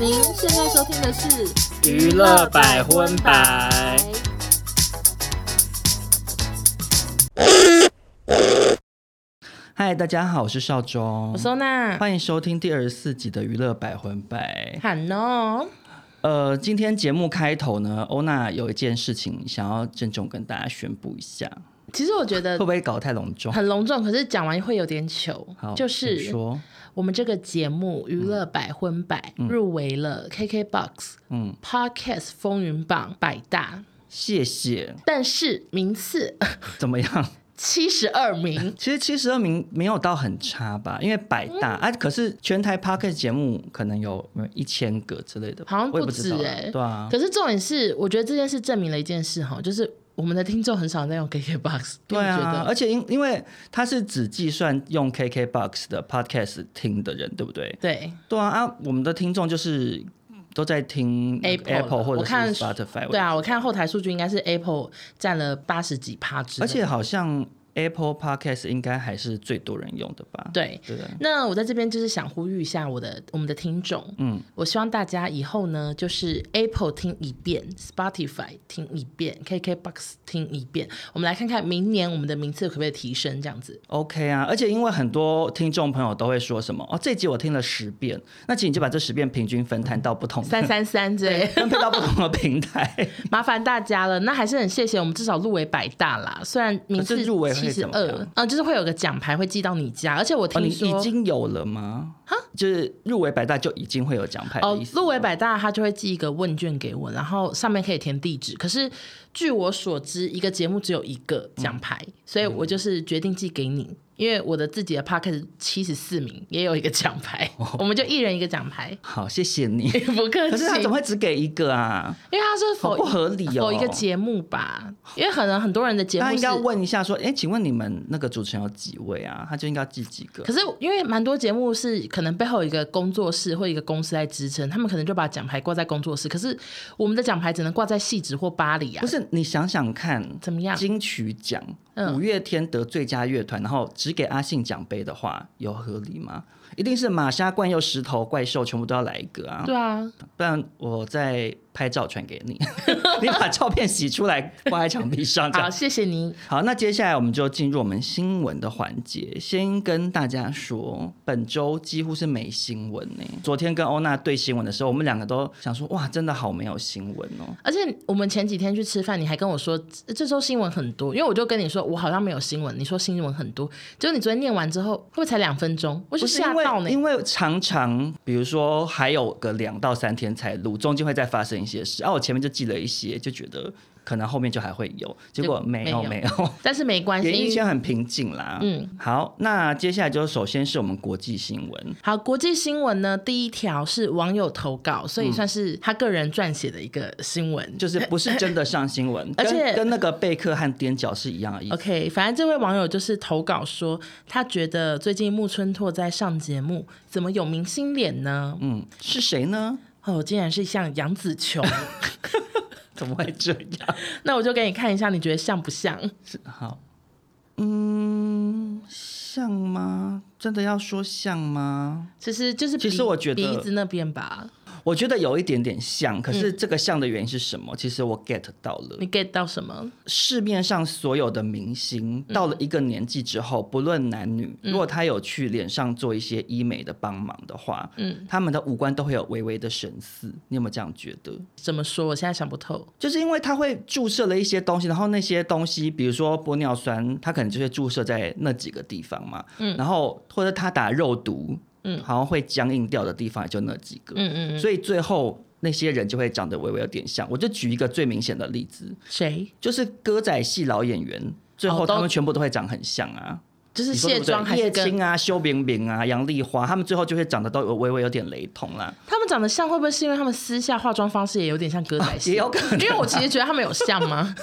您现在收听的是《娱乐百分百》。嗨，大家好，我是少中，我收纳，欢迎收听第二十四集的娱乐百分百。喊哦，呃，今天节目开头呢，欧娜有一件事情想要郑重跟大家宣布一下，其实我觉得会不会搞得太隆重？呃很隆重，可是讲完会有点糗好，。就你是说，我们这个节目《娱乐百分百》入围了 KKBOX 嗯， Podcast 风云榜百大，谢谢，但是名次怎么样？ 七十二名，其实七十二名没有到很差吧，因为百大、嗯啊，可是全台 p o c k e t 节目可能有一千个之类的，好像我不也不止知道啊欸对啊，可是重点是，我觉得这件事证明了一件事哈，就是我们的听众很少在用 KKBOX，对你觉啊，得而且因因为它是只计算用 KKBOX 的 podcast 听的人，对不对？对，对啊，啊，我们的听众就是都在听那个 Apple 的或者我看是 Spotify，对啊，我看后台数据应该是 Apple 占了八十几趴之类而且好像 Apple podcast 应该还是最多人用的吧？对。对啊，那我在这边就是想呼吁一下我的我们的听众，嗯，我希望大家以后呢，就是 Apple 听一遍，Spotify 听一遍，KKBox 听一遍，我们来看看明年我们的名次可不可以提升这样子。 OK 啊，而且因为很多听众朋友都会说什么哦，这集我听了十遍，那请你就把这十遍平均分摊到不同三三三之类的， 分配到不同的平 台。麻烦大家了。那还是很谢谢我们至少入围百大啦，虽然名次可是入围七会十怎么二样，嗯，就是会有个奖牌会寄到你家，而且我哦，你听说已经有了吗？就是入围百大就已经会有奖牌的哦意，思。。入围百大他就会寄一个问卷给我，然后上面可以填地址。可是据我所知，一个节目只有一个奖牌，所以我就是决定寄给你，因为我的自己的 p o c k e t 七十四名也有一个奖牌，我们就一人一个奖牌好，谢谢你。 不客哦可气是，他怎么会只给一个啊？因为他是否好不合理哦否一个节目吧，因为可能很多人的节目他是应该问一下说，哎、请问你们那个主持人有几位啊？他就应该记几个可。是因为蛮多节目是可能背后有一个工作室或一个公司来支撑，他们可能就把奖牌挂在工作室，可是我们的奖牌只能挂在戏子或巴黎啊不。是你想想看，怎么样金曲奖，嗯五月天得最佳乐团，然后只给阿信奖杯的话，有合理吗？一定是马沙冠又石头怪兽全部都要来一个啊！对啊，不然我再拍照传给你， 你把照片洗出来挂在墙壁上。这样好，谢谢你。好，那接下来我们就进入我们新闻的环节。先跟大家说，本周几乎是没新闻呢、昨天跟欧娜对新闻的时候，我们两个都想说，哇，真的好没有新闻哦、而且我们前几天去吃饭，你还跟我说这这周新闻很多，因为我就跟你说我好像没有新闻，你说新闻很多，结果你昨天念完之后，会不会才两分钟？我就不是吓因为到呢。因为常常，比如说还有个两到三天才录，中间会再发生一些事。啊，我前面就记了一些，就觉得可能后面就还会有，结果就没有没没有。但是没关系，演艺因为圈很平静啦。嗯嗯，好，那接下来就首先是我们国际新闻。好，国际新闻呢，第一条是网友投稿，所嗯以算是他个人撰写的一个新闻，就是不是真的上新闻，而且跟跟那个贝克汉踮脚是一样的意思。 OK，反正这位网友就是投稿说，他觉得最近木村拓哉上节目，怎么有明星脸呢？嗯，是谁呢？哦，竟然是像杨紫琼， 怎么会这样？那我就给你看一下，你觉得像不像？好，嗯，像吗？真的要说像吗？其实就是鼻其实我觉得鼻子那边吧，我觉得有一点点像，可是这个像的原因是什么？其实我 get 到了。你 get 到什么？市面上所有的明星到了一个年纪之后，不论男女，如果他有去脸上做一些医美的帮忙的话，嗯嗯，他们的五官都会有微微的神似。你有没有这样觉得？怎么说？我现在想不透。就是因为它会注射了一些东西，然后那些东西，比如说玻尿酸，它可能就会注射在那几个地方嘛，嗯，然后或者它打肉毒，嗯，好像会僵硬掉的地方也就那几个，嗯嗯嗯，所以最后那些人就会长得微微有点像。我就举一个最明显的例子，谁？就是歌仔戏老演员，最哦后都他们全部都会长很像啊，就是你说对卸不对妆还是叶跟青啊、修饼饼啊、杨丽花，他们最后就会长得都有微微有点雷同啦，他们长得像？会不会是因为他们私下化妆方式也有点像歌仔戏？ 也有可能啊 因为我其实觉得他们有像吗？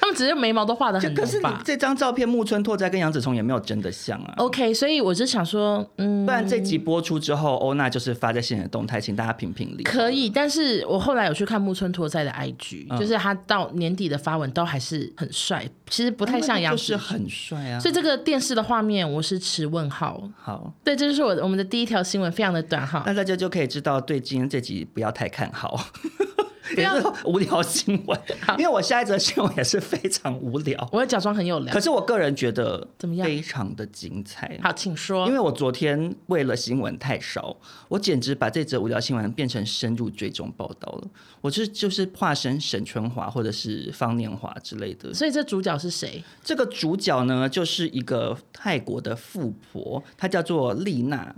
他们只是眉毛都画的就很可是浓你吧。这张照片，木村拓哉跟杨紫琼也没有真的像啊。 OK，所以我就想说，嗯，不然这集播出之后，欧娜就是发在现实动态，请大家评评理。可以，但是我后来有去看木村拓哉的 IG，、嗯就是他到年底的发文都还是很帅，其实不不太像杨就紫是琼。很帅啊。所以这个电视的画面，我是持问号。好，对，这就是我的我们的第一条新闻，非常的短哈。那大家就可以知道，对今天这集不要太看好。不 也要是无聊新 闻，因为我下一则新闻也是非常无聊，我会假装很有聊可。是我个人觉得怎么样非常的精彩。好，请说因。为我昨天为了新闻太少，我简直把这则无聊新闻变成深入追踪报道了。我就是就是化身沈春华或者是方念华之类的。所以这主角是谁？这个主角呢，就是一个泰国的富婆，她叫做丽娜。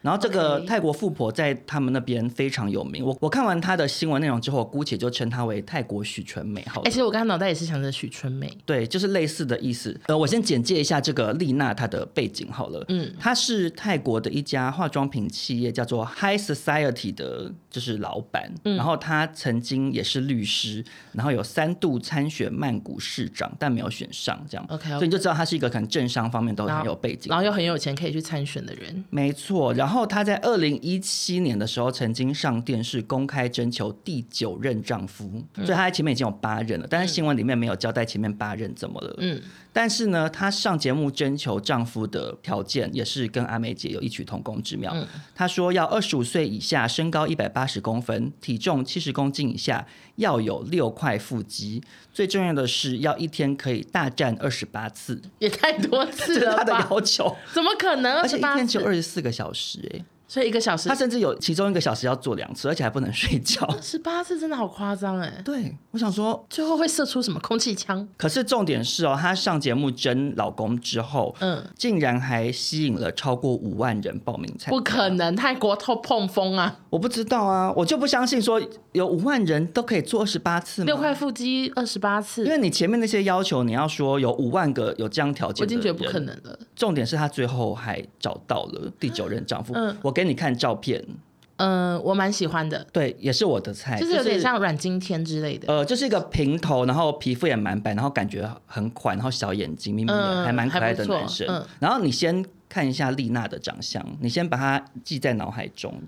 然后这个 OK 泰国富婆在他们那边非常有名。我我看完她的新闻内容之后，我姑且就称她为泰国许纯美好哎、了。其实我刚刚脑袋也是想着许春梅。对，就是类似的意思。呃，我先简介一下这个丽娜她的背景好了。嗯，她是泰国的一家化妆品企业叫做 High Society 的，就是老板。嗯然后她曾经也是律师，然后有三度参选曼谷市长，但没有选上，这样。 OK，OK 所以你就知道她是一个可能政商方面都很有背景然。后又很有钱可以去参选的人。 没错，然后她在二零一七年的时候曾经上电视公开征求第九任丈夫，嗯所以她在前面已经有八任了，但是新闻里面没有交代前面八任怎么了。嗯嗯，但是呢，她上节目征求丈夫的条件也是跟阿梅姐有异曲同工之嗯妙。她说要二十五岁以下，身高一百八十公分，体重七十公斤以下，要有六块腹肌，最重要的是要一天可以大战二十八次，也太多这次是了她的吧？要求。 怎么可能？二而且十一八天只有二次，十四个小时、欸，所以一个小时他，甚至有其中一个小时要做两次，而且还不能睡 觉。二十八次真的好夸张哎！对，我想说，最后会射出什么空气枪？可是重点是哦，她上节目争老公之后，嗯，竟然还吸引了超过五万人报名参加。不可能，泰国透碰风啊！我不知道啊，我就不相信说有五万人都可以做二十八次吗六块腹肌二十八因次，为你前面那些要求，你要说有五万个有这样条我件已的经人，觉得不可。能了。重点是她最后还找到了第九任丈夫。嗯我给你看照片，嗯、我蛮喜欢的，对，也哎是我的菜，就是有点像阮经天之类的。呃，就是一个平头，然后皮肤也蛮白，然后感觉很款，然后小眼睛，眯眯眼，嗯还蛮可还爱不的错男生。嗯然后你先看一下丽娜的长相，你先把它记在脑海中。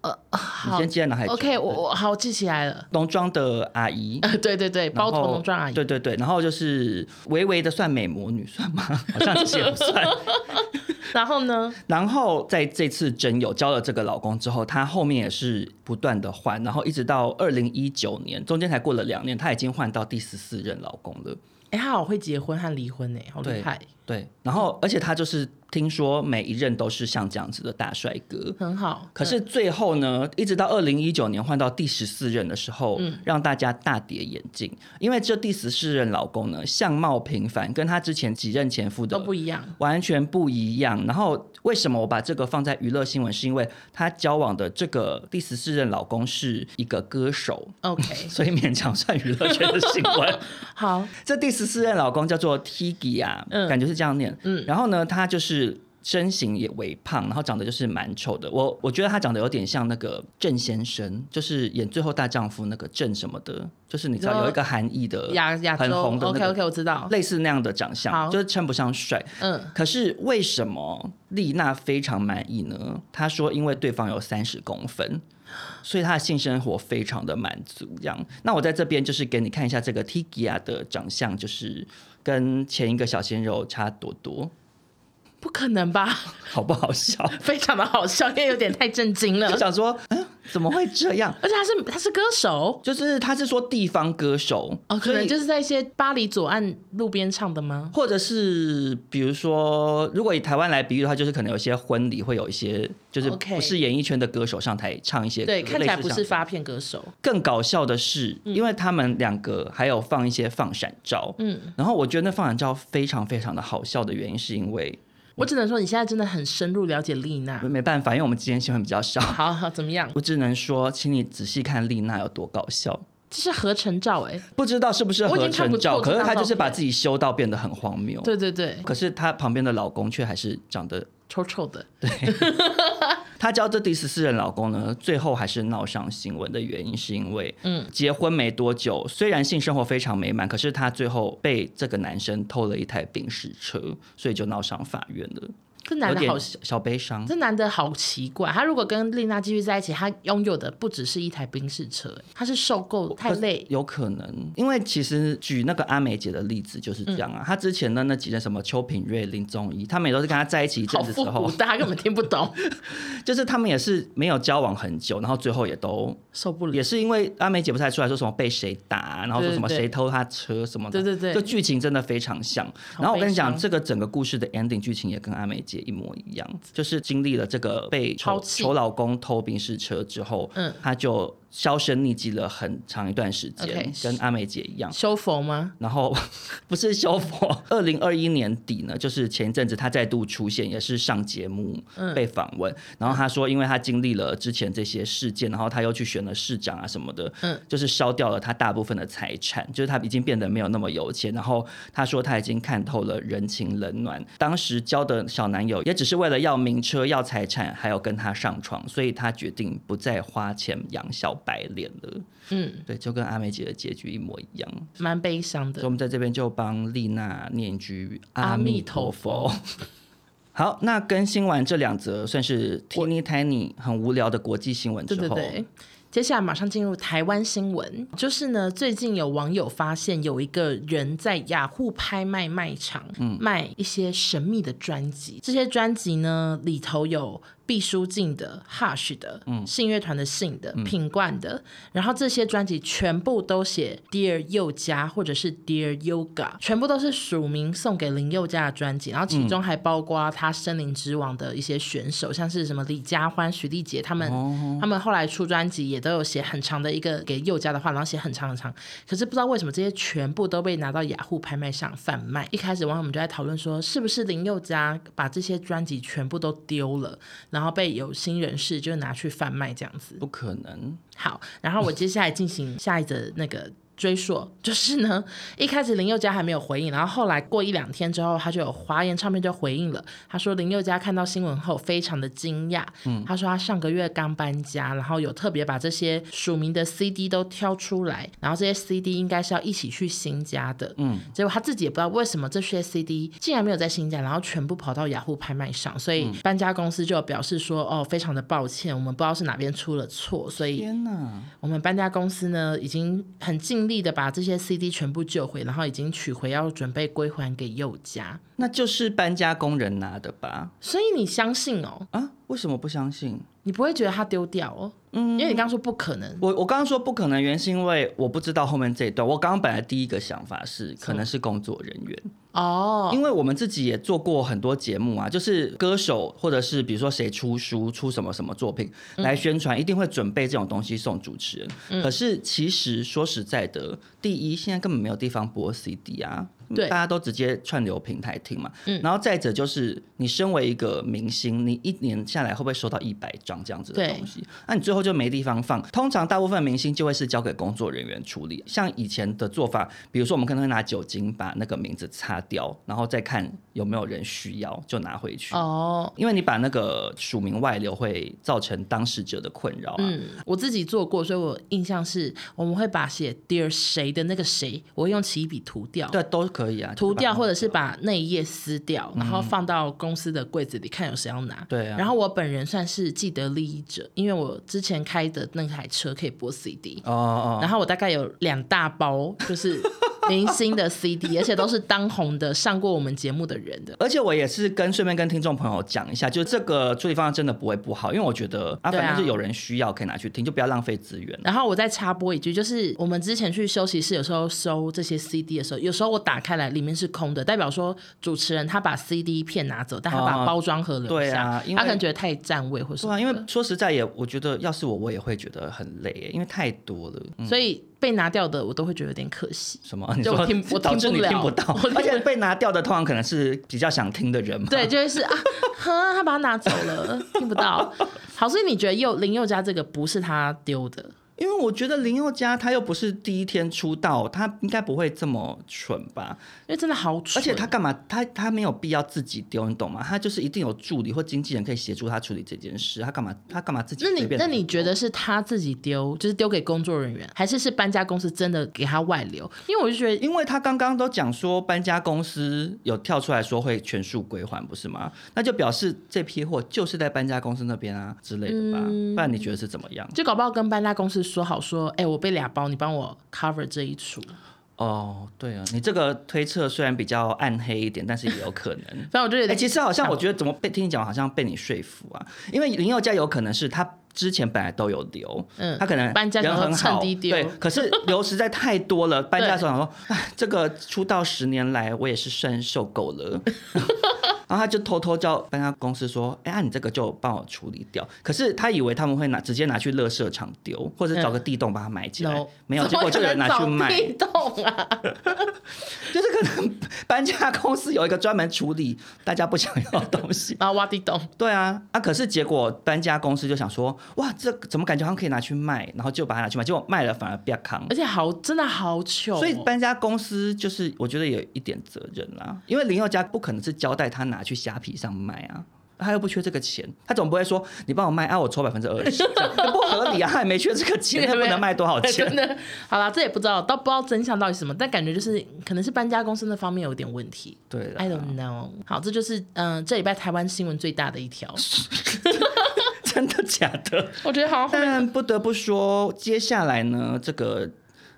呃，你好先记在脑海中。 OK，我对我好记起来了。 浓妆的阿姨。呃，对对对，然包头后浓妆阿姨，对对对，然后就是微微的算美魔女算吗？ 好像其实也 不算。然后呢？然后在这次真友交了这个老公之后，她后面也是不断的换，然后一直到二零一九年，中间才过了两年，她已经换到第十四任老公了。哎、她好会结婚和离婚呢、好厉对害，对，然后而且他就是听说每一任都是像这样子的大帅哥。很好。可是最后呢，一直到二零一九年换到第十四任的时候，嗯让大家大跌眼镜，因为这第十四任老公呢，相貌平凡，跟他之前几任前夫都的不一样。完全不一样。然后为什么我把这个放在娱乐新闻，是因为他交往的这个第十四任老公是一个歌手， OK，所以勉强算娱乐圈的新 闻。好，这第十四任老公叫做 Tiggy 啊，嗯感觉是这样念。嗯然后呢，他就是身形也微胖，然后长得就是蛮丑的。我我觉得他长得有点像那个郑先生，就是演《最后大丈夫》那个郑什么的，就是你知你道说有一个韩裔的亚亚洲呃很红的那 OK 个 OK，我知道。类似那样的长相，好就是称不上帅。嗯，可是为什么丽娜非常满意呢？她说，因为对方有三十公分，所以她的性生活非常的满足。这样，那我在这边就是给你看一下这个 Tigia 的长相，就是跟前一个小鲜肉差多多， 不可能吧？好不好笑？非常的好笑，因为有点太震惊了就。想说，嗯，怎么会这样？而且他是他是歌手就是他是说地方歌手，哦，可所能以就是在一些巴黎左岸路边唱的吗？或者是比如说，如果以台湾来比喻的话，就是可能有些婚礼会有一些，就是哦 OK 不是演艺圈的歌手上台唱一些对，歌看起来类似不像是嗯发片歌手。更搞笑的是，因为他们两个还有放一些放闪照，嗯，然后我觉得那放闪照非常非常的好笑的原因，是因为我只能说你现在真的很深入了解丽娜。没办法，因为我们今天新闻比较少， 好好，怎么样？我只能说，请你仔细看丽娜有多搞笑。这是合成照哎、不知道是不是我已合经看成不透照，可这是张她就是照片把自己修到变得很荒谬。对对对，可是她旁边的老公却还是长得臭臭的。她交这第十四任老公呢，最后还是闹上新闻的原因，是因为嗯，结婚没多久，虽然性生活非常美满，可是她最后被这个男生偷了一台宾士车，所以就闹上法院了，这男有的点好，小小悲伤。这男的好奇怪。他如果跟丽娜继续在一起，他拥有的不只是一台宾士车，他是受够太累。有哦可能，因为其实举那个阿美姐的例子就是这嗯样啊。她之前的那几任什么邱品瑞、林宗仪，他们也都是跟她在一起一阵好子复之后古，，大家根本听不 懂，就是他们也是没有交往很久，然后最后也都受不了。也是因为阿美姐不是还出来说什么被谁打，然后说什么对对对谁偷她车什么的，对对对就剧情真的非常像。好然后我跟你讲，悲伤这个整个故事的 ending 剧情也跟阿美姐一模一样，就是经历了这个被抛丑弃丑老公偷宾士车之后，嗯嗯，她就销声匿迹了很长一段时间 OK 跟阿美姐一样。修佛吗？然后 不是修佛，二零二一年底呢，就是前一阵子他再度出现，也是上节目嗯被访问，然后他说，因为他经历了之前这些事件，然后他又去选了市长啊什么的，嗯就是烧掉了他大部分的财产，就是他已经变得没有那么有钱，然后他说他已经看透了人情冷暖，当时交的小男友也只是为了要名车、要财产，还有跟他上床，所以他决定不再花钱养小白脸了，嗯，对，就跟阿美姐的结局一模一样。蛮悲伤所以我的。们在这边就帮丽娜念一句阿阿弥弥陀陀佛佛。 好，那更新完这两则算是我 teeny tiny 很无聊的国际新闻之对对后，对。接下来马上进入台湾新闻，就是呢，最近有网友发现有一个人在雅虎拍卖卖场、嗯卖一些神秘的专辑，这些专辑呢里头有毕书尽的、Hush 的、嗯信乐团的信的、品冠的，然后这些专辑全部都写 Dear 佑嘉或者是 Dear Yoga，全部都是署名送给林宥嘉的专辑，然后其中还包括他森林之王的一些选手，像是什么李佳欢、徐丽杰他们，他们后来出专辑也都有写很长的一个给宥嘉的话，然后写很长很长，可是不知道为什么这些全部都被拿到雅虎拍卖上贩卖。一开始网友们就在讨论说，是不是林宥嘉把这些专辑全部都丢了，然后被有心人士就拿去贩卖这样子。不可能。好，然后我接下来进行下一则那个。追溯就是呢， 一开始林宥嘉还没有回应，然后后来过一两天之后，他就有华研唱片就回应了，他说林宥嘉看到新闻后非常的惊讶，他说他上个月刚搬家，然后有特别把这些署名的 CD 都挑出来，然后这些 CD 应该是要一起去新家的，嗯，结果他自己也不知道为什么这些 CD 竟然没有在新家，然后全部跑到雅虎拍卖上，所以搬家公司就有表示说，哦，非常的抱歉，我们不知道是哪边出了错，所以天哪！我们搬家公司呢，已经很尽力的把这些 CD 全部救回，然后已经取回，要准备归还给佑家。那就是搬家工人拿的吧？所以你相信哦，啊，为什么不相信？你不会觉得他丢掉哦，嗯，因为你刚刚说不可能，我我刚刚说不可能，原因是因为我不知道后面这一段。我刚刚本来第一个想法是，可能是工作人员，哦，因为我们自己也做过很多节目啊，就是歌手或者是比如说谁出书、出什么什么作品来宣传，一定会准备这种东西送主持人。嗯可是其实说实在的，第一，现在根本没有地方播 CD 啊。对嗯大家都直接串流平台听嘛，然后再者就是，你身为一个明星，你一年下来会不会收到一百张这样子的对东西？那你最后就没地方放。通常大部分明星就会是交给工作人员处理。像以前的做法，比如说我们可能会拿酒精把那个名字擦掉，然后再看有没有人需要就拿回去。哦，因为你把那个署名外流，会造成当事者的困扰啊。嗯，我自己做过，所以我印象是我们会把写 Dear 谁的那个谁，我会用起笔涂掉。对，都可以啊，涂掉，就是把或者是把那一页撕掉，然后放到公司的柜子里，看有谁要拿。对啊然后我本人算是既得利益者，因为我之前开的那台车可以播 CD，、哦哦，然后我大概有两大包，就是明星的 CD，而且都是当红的、上过我们节目的人的。而且我也是跟顺便跟听众朋友讲一下，就是这个处理方案真的不会不好，因为我觉得啊，对啊反正是有人需要可以拿去听，就不要浪费资源。然后我再插播一句，就是我们之前去休息室，有时候收这些 CD 的时候，有时候我打开来里面是空的，代表说主持人他把 CD 片拿走，但他把哦包装盒留对下，啊因为他可能觉得太占位或什对么啊，的。因为说实在也，我觉得要是我，我也会觉得很累耶，因为太多了。嗯所以被拿掉的我都会觉得有点可 惜。什么？你就说我听我导致听不你了听不到我听，不而且被拿掉的通常可能是比较想听的人嘛。对，就会是啊，哼，他把它拿走了，听不到。好，所以你觉得佑林宥嘉这个不是他丢的，因为我觉得林宥嘉他又不是第一天出道，他应该不会这么蠢吧？因为真的好蠢，而且他干嘛？他他没有必要自己丢，你懂吗？他就是一定有助理或经纪人可以协助他处理这件事，他干嘛？他干嘛自己那随你便哦那你丢觉得是他自己丢，就是丢给工作人员，还是是搬家公司真的给他外流？因为我就觉得，因为他刚刚都讲说搬家公司有跳出来说会全数归还，不是吗？那就表示这批货就是在搬家公司那边啊之类的吧？不然你觉得是怎么样？就搞不好跟搬家公司说好说，哎、我被俩包，你帮我 cover 这一出。哦，对啊，你这个推测虽然比较暗黑一点，但是也有可 能。反正我就有哎、点，其实好像我觉得怎么被听你讲，好像被你说服啊。因为林宥嘉有可能是他之前本来都有留，嗯他可能搬家人想说很好，趁低丢对，可是留实在太多 了。搬家的时候想说，哎，这个出道十年来我也是算受够 了。然后他就偷偷叫搬家公司说：“哎、啊你这个就帮我处理掉。”可是他以为他们会拿直接拿去垃圾场丢，或者找个地洞把它埋起来。嗯 no，没有，结果这个人拿去卖，洞啊！就是可能 搬家公司有一个专门处理大家不想要的东西。然后挖地洞，对啊，啊，可是结果搬家公司就想说，哇，这个怎么感觉好像可以拿去卖，然后就把它拿去卖，结果卖了反而不要扛。而且好真的好糗、哦，所以搬家公司就是我觉得有一点责任啦，因为林宥嘉不可能是交代他拿去虾皮上卖啊，他又不缺这个钱，他总不会说你帮我卖啊，我抽百分之二 十，这样这不合理啊，他也没缺这个钱，他不能卖多少钱真。的好啦，这也不知道，都不知道真相到底是什么，但感觉就是可能是搬家公司那方面有点问题。对啊啦 I don't know。好，这就是嗯、呃这礼拜台湾新闻最大的一条。真的假的？我觉得好像 后面但不得不说，接下来呢，这个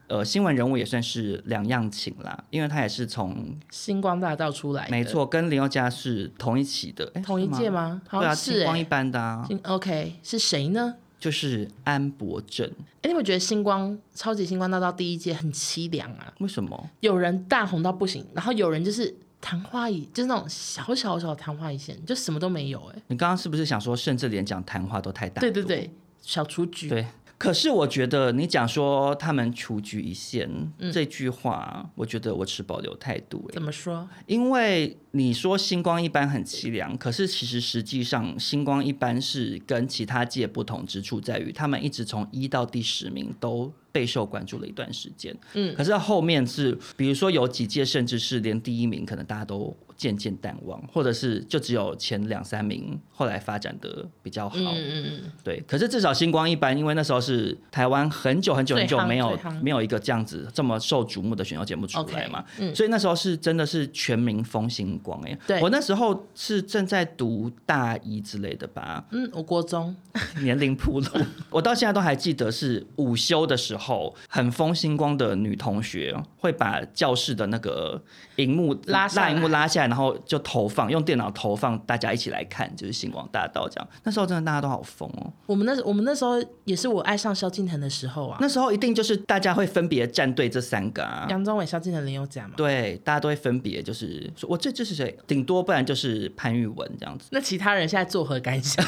呃新闻人物也算是两样情啦，因为他也是从星光大道出来，没，错，跟林宥嘉是同一期的，诶同一届？吗？是吗好对啊，像是星哎、光一班的啊，星 OK 是谁呢？就是安博正。哎、你有没有觉得星光超级星光大道第一届很凄凉啊？为什么？有人大红到不行，然后有人就是昙花一，就是那种小小小的昙花一现，就什么都没有哎、你刚刚是不是想说，甚至连讲谈话都太大？对对对，小雏菊。对。可是我觉得你讲说他们处局一线、嗯这句话，我觉得我持保留态度、诶怎么说？因为你说星光一般很凄凉，可是其实实际上星光一般是跟其他届不同之处在于，他们一直从一到第十名都备受关注了一段时间。嗯，可是后面是，比如说有几届甚至是连第一名可能大家都渐渐淡忘，或者是就只有前两三名后来发展的比较好。嗯嗯嗯，对，可是至少星光一般，因为那时候是台湾很久很久很久最夯没有最夯没有一个这样子这么受瞩目的选秀节目出来嘛 OK，嗯所以那时候是真的是全民风星光哎、对我那时候是正在读大一之类的吧， 嗯，我国中年龄铺路， 我到现在都还记得是午休的时候，很风星光的女同学会把教室的那个荧幕拉下大来荧幕拉下来，然后就投放用电脑投放，大家一起来看，就是星光大道这样。那时候真的大家都好疯哦。我们那我们那时候也是我爱上萧敬腾的时候啊，那时候一定就是大家会分别站队这三个啊。杨宗纬、萧敬腾、林宥嘉嘛。对，大家都会分别，就是说我这支持谁，顶多不然就是潘玉文这样子，那其他人现在作何感想？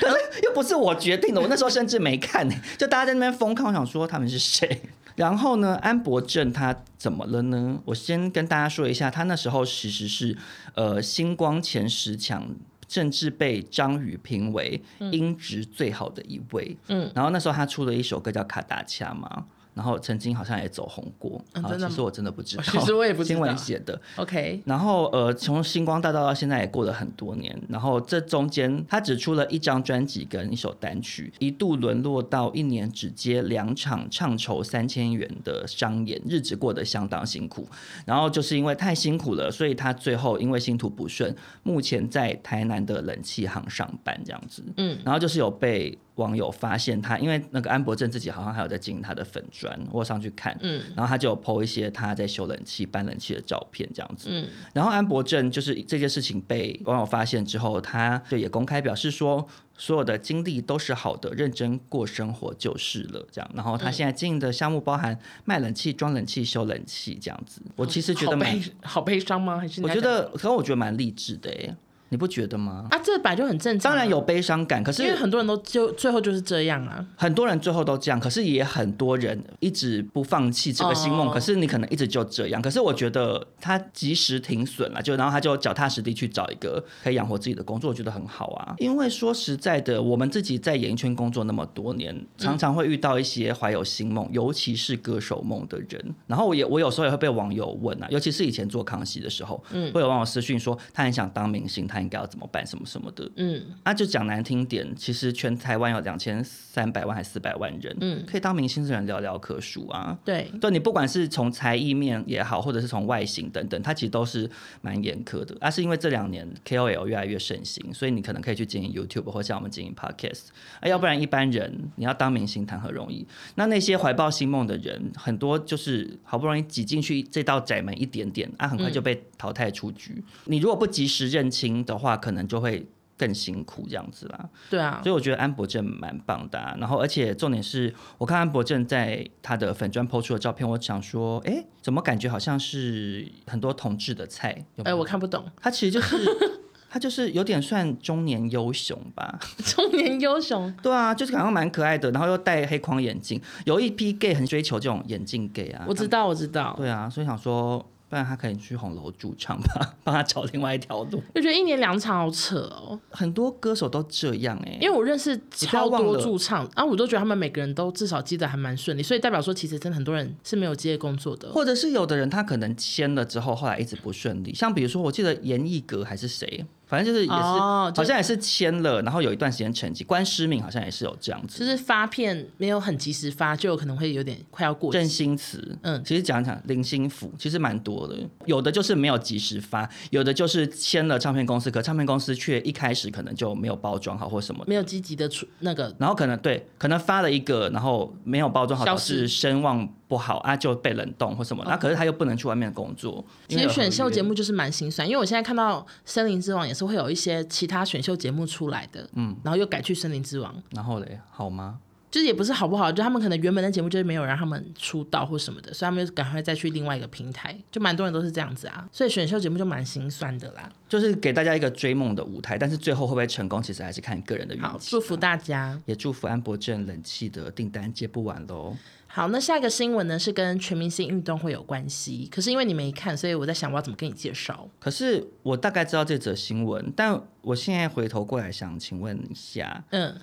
可是又不是我决定的，我那时候甚至没看、 就大家在那边疯看，我想说他们是谁。 然后呢，安博正他怎么了呢？我先跟大家说一下，他那时候其实是呃星光前十强，甚至被张宇评为音质最好的一位。嗯，然后那时候他出了一首歌叫《卡达恰》嘛。然后曾经好像也走红过，嗯啊，真的其实我真的不知道，其实我也不知道新闻写的， OK，然后呃，从星光大道到现在也过了很多年，然后这中间他只出了一张专辑跟一首单曲，一度沦落到一年只接两场唱酬三千元的商演，日子过得相当辛苦。然后就是因为太辛苦了，所以他最后因为星途不顺，目前在台南的冷气行上班这样子。嗯，然后就是有被网友发现他，因为那个安博正自己好像还有在经营他的粉砖，我有上去看，嗯，然后他就有 PO 一些他在修冷气、搬冷气的照片这样子。嗯，然后安博正就是这件事情被网友发现之后，他就也公开表示说。所有的经历都是好的，认真过生活就是了，这样。然嗯后他现在经营的项目包含卖冷气、装冷气、修冷气这样子。我其实觉得好蛮悲好悲伤吗？还是你我在觉讲得，可能我觉得蛮励志的诶，欸你不觉得吗？啊，这本来就很正常、当然，有悲伤感，可因为是很多人都就最后就是这样啊。很多人最后都这样，可是也很多人一直不放弃这个新梦，哦可是你可能一直就这样。可是我觉得他及时停损了，就然后他就脚踏实地去找一个可以养活自己的工作，我觉得很好啊。因为说实在的，我们自己在演艺圈工作那么多年，常常会遇到一些怀有新梦，尤其是歌手梦的人。然后我也我有时候也会被网友问啊，尤其是以前做康熙的时候，会有网友私讯说他很想当明星，他应该要怎么办，什么什么的。嗯，啊，就讲难听点，其实全台湾有两千三百万还四百万人，嗯，可以当明星的人寥寥可数啊。对，对你不管是从才艺面也好，或者是从外形等等，它其实都是蛮严苛的。啊，是因为这两年 KOL 越来越盛行，所以你可能可以去经营 YouTube 或像我们经营 Podcast，啊，要不然一般人你要当明星谈何容易？那那些怀抱新梦的人，很多就是好不容易挤进去这道窄门一点点，啊，很快就被淘汰出局。你如果不及时认清的话，可能就会更辛苦这样子啦。对啊，所以我觉得安博正蛮棒的、啊。然后，而且重点是我看安博正在他的粉砖抛出的照片，我想说，哎，怎么感觉好像是很多同志的菜？有没哎、有我看不 懂他其实就是 他就是有点算中年优雄吧。中年优雄，对啊，就是好像蛮可爱的，然后又戴黑框眼镜。有一批 gay 很追求这种眼镜 gay 啊。我知道，我知道，对啊，所以想说，不然他可以去红楼驻唱吧， 帮他找另外一条路。就觉得一年两场好扯哦，很多歌手都这样哎、因为我认识你不要超忘多了驻唱，然后、我都觉得他们每个人都至少接的还蛮顺利，所以代表说其实真的很多人是没有接工作的。或者是有的人他可能签了之后，后来一直不顺利，像比如说，我记得严艺格还是谁，反正就是也是、哦就好像也是签了，然后有一段时间沉寂。关诗敏好像也是有这样子。就是发片没有很及时发，就有可能会有点快要过郑期。兴慈，嗯嗯，其实讲讲林心福，其实蛮多的，有的就是没有及时发，有的就是签了唱片公司，可唱片公司却一开始可能就没有包装好或什么的没有积极的出那个然后可能对，可能发了一个，然后没有包装好，消导致失哦声望不好啊，就被冷冻或什么。那、可是他又不能去外面工作，其因为实有合选秀约节目就是蛮心酸，因为我现在看到《森林之王》也是会有一些其他选秀节目出来的，嗯，然后又改去《森林之王》，然后嘞，好吗？就是也不是好不好，就他们可能原本的节目就是没有让他们出道或什么的，所以他们就赶快再去另外一个平台，就蛮多人都是这样子啊，所以选秀节目就蛮心酸的啦。就是给大家一个追梦的舞台，但是最后会不会成功，其实还是看个人的运好，气。祝福大家。也祝福安博正冷气的订单接不完喽。好，那下一个新闻呢是跟全明星运动会有关系，可是因为你没看，所以我在想我要怎么跟你介绍。可是我大概知道这则新闻，但我现在回头过来想，请问一下，嗯，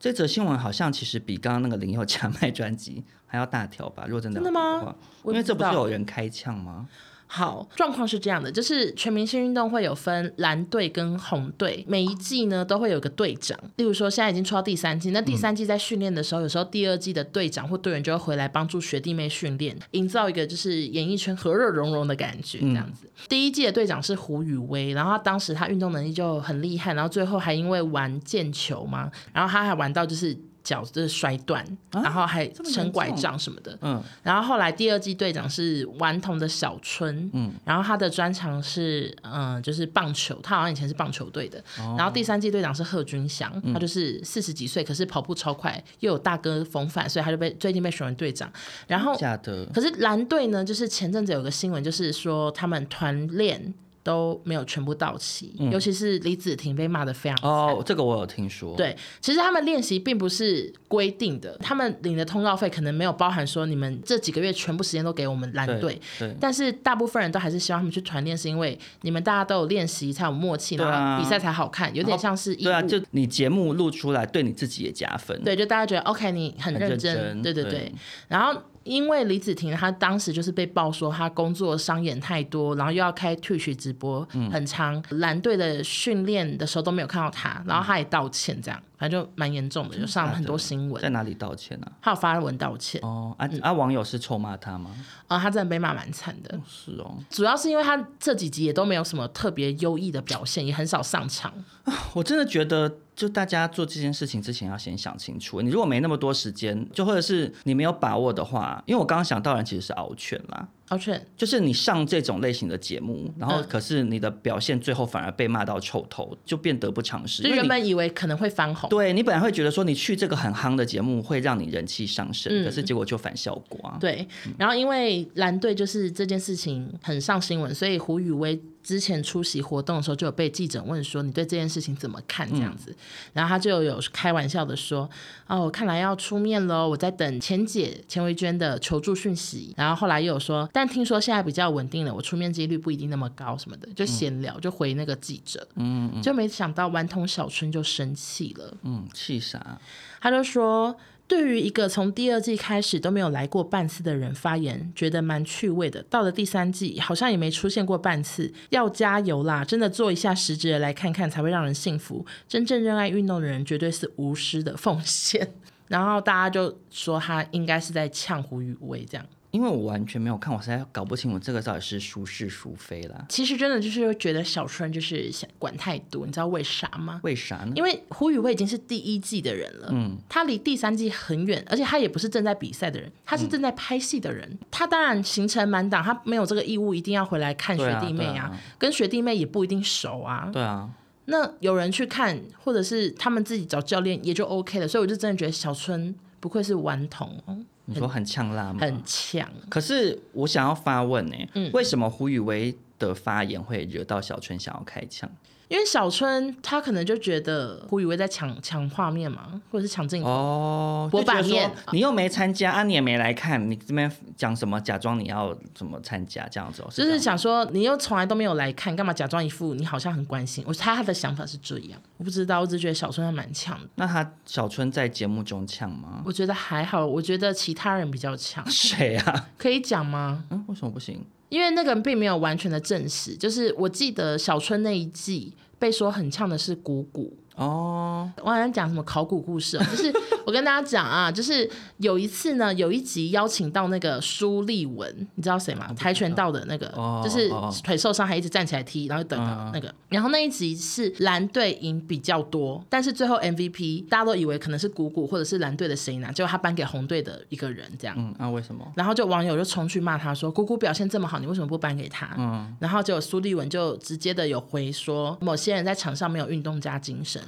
这则新闻好像其实比刚刚那个林宥嘉卖专辑还要大条吧？如 果真的真的要吗比的话？我因为不这不知是道有人开枪吗？好，状况是这样的，就是全明星运动会有分蓝队跟红队，每一季呢都会有个队长。例如说，现在已经出到第三季，那第三季在训练的时候，有时候第二季的队长或队员就会回来帮助学弟妹训练，营造一个就是演艺圈和乐融融的感觉，这样子。第一季的队长是胡宇威，然后他当时他运动能力就很厉害，然后最后还因为玩毽球嘛，然后他还玩到就是。脚就是摔断，然后还啊么严撑拐重杖什么的，嗯，然后后来第二季队长是顽童的小春，嗯，然后他的专长是嗯、呃就是棒球，他好像以前是棒球队的。哦然后第三季队长是贺军翔，嗯他就是四十几岁，可是跑步超快，又有大哥风范，所以他就被最近被选为队长。然后假的。可是蓝队呢，就是前阵子有个新闻，就是说他们团练都没有全部到齐，尤其是李子婷被骂的非常惨。嗯哦，这个我有听说。，对，其实他们练习并不是规定的，他们领的通告费可能没有包含说你们这几个月全部时间都给我们蓝对队。对但是大部分人都还是希望他们去团练，是因为你们大家都有练习才有默契，对啊然后比赛才好看，有点像是义务。对啊，就你节目录出来，对你自己也加分。对就大家觉得 OK，你很很认认真，真对对对。对然后因为李子婷她当时就是被爆说她工作商演太多，然后又要开 Twitch 直播，很长，蓝队的训练的时候都没有看到她，然后她也道歉，这样反正就蛮严重的，就上了很多新闻在。哪里道歉啊？他有发文道歉，哦，啊啊，网友是臭骂他吗？啊、他真的被骂蛮惨的，是哦，主要是因为他这几集也都没有什么特别优异的表现，也很少上场。 我真的觉得，就大家做这件事情之前要先想清楚。你如果没那么多时间，就或者是你没有把握的话，因为我刚刚想到的人其实是敖犬啦。敖犬，就是你上这种类型的节目，然后嗯可是你的表现最后反而被骂到臭头，就变得不偿失。就因为原你本以为可能会翻红，对你本来会觉得说你去这个很夯的节目会让你人气上升，嗯可是结果就反效果啊。对，然后因为蓝队就是这件事情很上新闻，所以胡宇威之前出席活动的时候就有被记者问说你对这件事情怎么看这样子，然后他就有开玩笑的说哦，看来要出面喽，我在等钱姐钱维娟的求助讯息，然后后来又有说，但听说现在比较稳定了，我出面几率不一定那么高什么的，就闲聊、就回那个记者，嗯就没想到顽童小春就生气了。嗯，气啥？他就说，对于一个从第二季开始都没有来过半次的人发言，觉得蛮趣味的。到了第三季，好像也没出现过半次，要加油啦！真的做一下实质的来看看，才会让人幸福。真正热爱运动的人，绝对是无私的奉献。 然后大家就说他应该是在呛胡宇威这样。因为我完全没有看，我实在搞不清我这个到底是孰是孰非啦。其实真的就是会觉得小春就是想管太多，你知道为啥吗？为啥呢？因为胡宇威已经是第一季的人了，嗯，他离第三季很远，而且他也不是正在比赛的人，他是嗯正在拍戏的人。他当然行程满档，他没有这个义务一定要回来看学弟妹对啊对啊跟学弟妹也不一定熟啊。对啊，那有人去看，或者是他们自己找教练也就 OK 了。所以我就真的觉得小春不愧是顽童，哦你说很呛辣吗？很嗯强。可是我想要发问呢、为什么胡宇威的发言会惹到小春想要开枪？因为小春他可能就觉得胡宇威在抢抢画面嘛，或者是抢镜头。哦，我就觉得把嗯面说你又没参加啊，你也没来看，你这边讲什么？假装你要怎么参加这样子、哦？就是这是样想说，你又从来都没有来看，干嘛假装一副你好像很关心？我猜他的想法是这样，我不知道，我只觉得小春还蛮强的。那他小春在节目中呛 吗？，我觉得还好，我觉得其他人比较强谁啊？可以讲吗？嗯，为什么不行？因为那个人并没有完全的证实，就是我记得小春那一季被说很呛的是谷谷，哦，我好像讲什么考古故事、哦，就是我跟大家讲啊，就是有一次呢，有一集邀请到那个苏立文，你知道谁吗？跆拳道的那个，哦就是哦嗯腿受伤还一直站起来踢，然后等等那个。然后那一集是蓝队赢比较多，但是最后 MVP 大家都以为可能是谷谷或者是蓝队的谁拿，结果他颁给红队的一个人这样。嗯，那、为什么？然后就网友就冲去骂他说：“姑姑表现这么好，你为什么不颁给他？”嗯，然后结果苏立文就直接的有回说，某些人在场上没有运动家精神，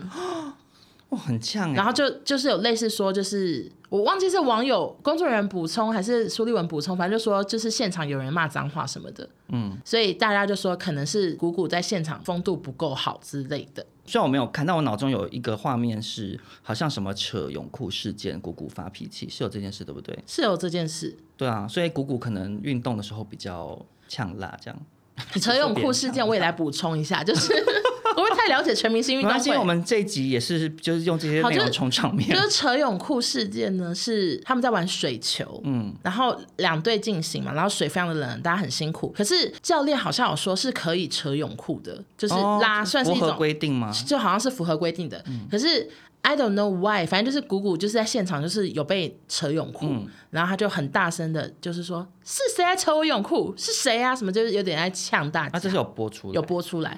哇，很呛哎、然后就就是有类似说，就是我忘记是网友工作人员补充还是苏立文补充，反正就说就是现场有人骂脏话什么的，嗯，所以大家就说可能是谷谷在现场风度不够好之类的。虽然我没有看，但我脑中有一个画面是，好像什么扯泳裤事件，谷谷发脾气是有这件事对不对？是有这件 事，对啊，所以谷谷可能运动的时候比较呛辣，这样。扯泳裤事件我也来补充一下，就是 我不会太了解全明星运没动关系，我会。们这一集也是就是用这些好内就容是冲场面就。是扯泳裤事件呢，是他们在玩水球，嗯，然后两队进行嘛，然后水非常的冷，大家很辛苦。可是教练好像有说是可以扯泳裤的，就是哦拉、算是一符合种规定吗？就好像是符合规定的。可是 I don't know why，反正就是谷谷就是在现场就是有被扯泳裤，嗯然后他就很大声的，就是说是谁在扯我泳裤？是谁啊？什么就是有点在呛大家。啊，这是有播出的，有播出来，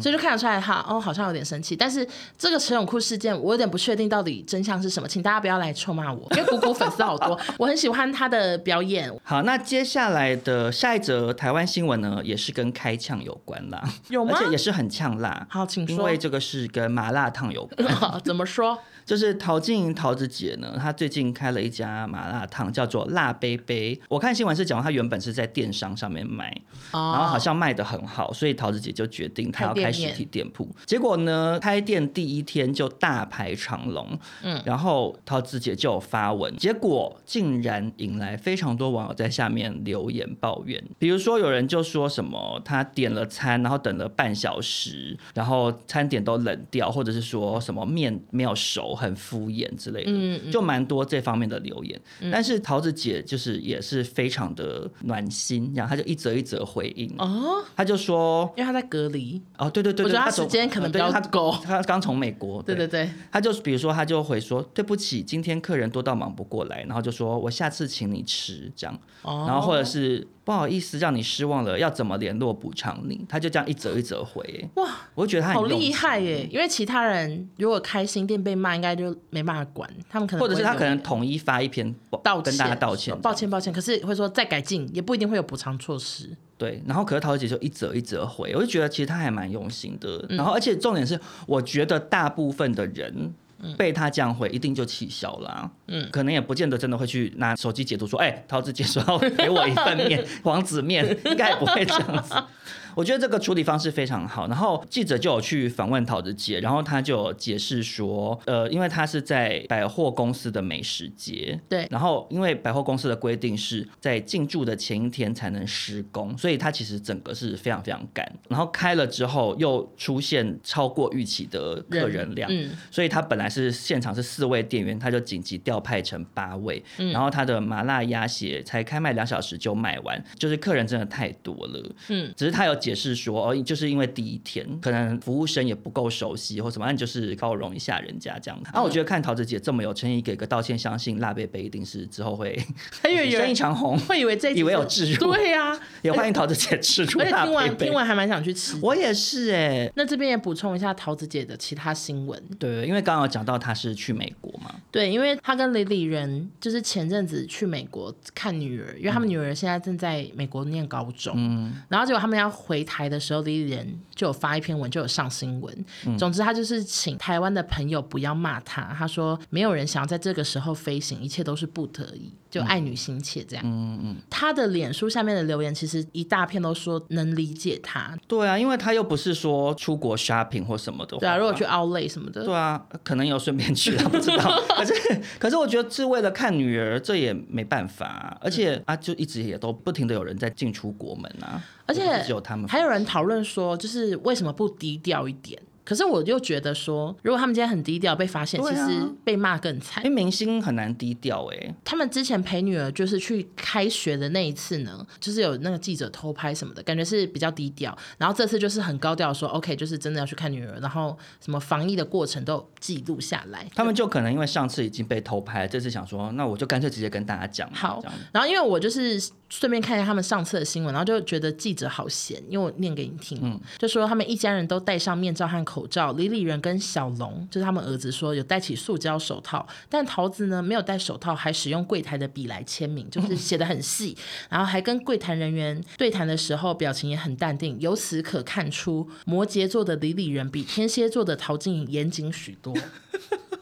所以就看得出来他哦，好像有点生气。但是这个扯泳裤事件，我有点不确定到底真相是什么，请大家不要来臭骂我，因为谷 谷粉丝好多，我很喜欢他的表演。好，那接下来的下一则台湾新闻呢，也是跟开呛有关啦，有吗而且也是很呛辣。好，请因说 为，这个是跟麻辣烫有关，怎么说？就是陶晶莹桃子姐呢，她最近开了一家麻辣烫，叫做辣杯杯。我看新闻是讲她原本是在电商上面卖，然后哦好，像卖的很好，所以桃子姐就决定她要开店开实体店铺。结果呢，开店第一天就大排长龙，嗯，然后桃子姐就有发文，结果竟然引来非常多网友在下面留言抱怨，比如说有人就说什么她点了餐，然后等了半小时，然后餐点都冷掉，或者是说什么面没有熟，很敷衍之类的，嗯就蛮多这方面的留言。但是桃子姐就是也是非常的暖心，然后她就一则一则回应，哦，她就说。因为他在隔离，哦，对对对，我对觉得他从时间可能呃比较对他够 他刚从美国，对对对，他就比如说，他就会说对不起，今天客人多到忙不过来，然后就说我下次请你吃这样，哦，然后或者是不好意思让你失望了，要怎么联络补偿你？他就这样一折一折回、欸哇，我就觉得他很好用厉心害啊耶！因为其他人如果开新店被骂，应该就没办法管，他们可能或者是不会他可留能言统一发一篇报道歉，跟大家道歉，抱歉抱歉。可是会说再改进，也不一定会有补偿措施。对，然后可是桃姐就一折一折回，我就觉得其实他还蛮用心的。然后而且重点是，我觉得大部分的人。被他这样回，一定就气消了、嗯，可能也不见得真的会去拿手机截图说，哎、桃子姐说要给我一份面， 王子面，应该也不会这样子。 我觉得这个处理方式非常好。然后记者就有去访问桃子姐，然后她就有解释说，呃，因为她是在百货公司的美食街，对然后因为百货公司的规定是在进驻的前一天才能施工，所以它其实整个是非常非常赶。然后开了之后又出现超过预期的客人量，嗯， 所以他本来是现场是四位店员，他就紧急调派成八位，嗯然后他的麻辣鸭血才开卖两小时就卖完，就是客人真的太多了。嗯，只是他有解释说，哦，就是因为第一天可能服务生也不够熟悉或什么，那你就是包容一下人家这样。嗯啊，我觉得看桃子姐这么有诚意给个道歉，相信辣贝贝一定是之后 会还以为有生意人长虹， 会以为这一集以为有是置入对呀、啊， 也欢迎桃子姐吃 出而且辣听贝完听贝。完还蛮想去吃。我也是哎、那这边也补充一下桃子姐的其他新闻，对，因为刚刚有讲到她是去美国嘛，对，因为她跟李李仁就是前阵子去美国看女儿，因为他们女儿现在正在美国念高中，然后结果他们要回台的时候，李李仁就有发一篇文，就有上新闻。总之，他就是请台湾的朋友不要骂他，他说没有人想要在这个时候飞行，一切都是不得已，就爱女心切这样。他的脸书下面的留言其实一大片都说能理解他，对啊，因为他又不是说出国 shopping 或什么的话。对啊，如果去 Outlet 什么的，对啊，可能有顺便去了，不知 道。可是，可是我觉得是为了看女儿，这也没办法、而嗯且啊，就一直也都不停的有人在进出国门啊，而且也不是只有他们。还有人讨论说，就是为什么不低调一点？可是我就觉得说，如果他们今天很低调被发现，对其啊实被骂更惨因为。明星很难低调哎、他们之前陪女儿就是去开学的那一次呢，就是有那个记者偷拍什么的，感觉是比较低调。然后这次就是很高调说，OK，就是真的要去看女儿，然后什么防疫的过程都有记录下来。他们就可能因为上次已经被偷拍，这次想说，那我就干脆直接跟大家讲。啊好这样，然后因为我就是顺便看一下他们上次的新闻，然后就觉得记者好闲，因为我念给你听，就说他们一家人都戴上面罩和口罩，李李仁跟小龙就是他们儿子说有戴起塑胶手套，但桃子呢没有戴手套，还使用柜台的笔来签名，就是写的很细，然后还跟柜台人员对谈的时候表情也很淡定，由此可看出摩羯座的李李仁比天蝎座的陶晶莹严谨许多。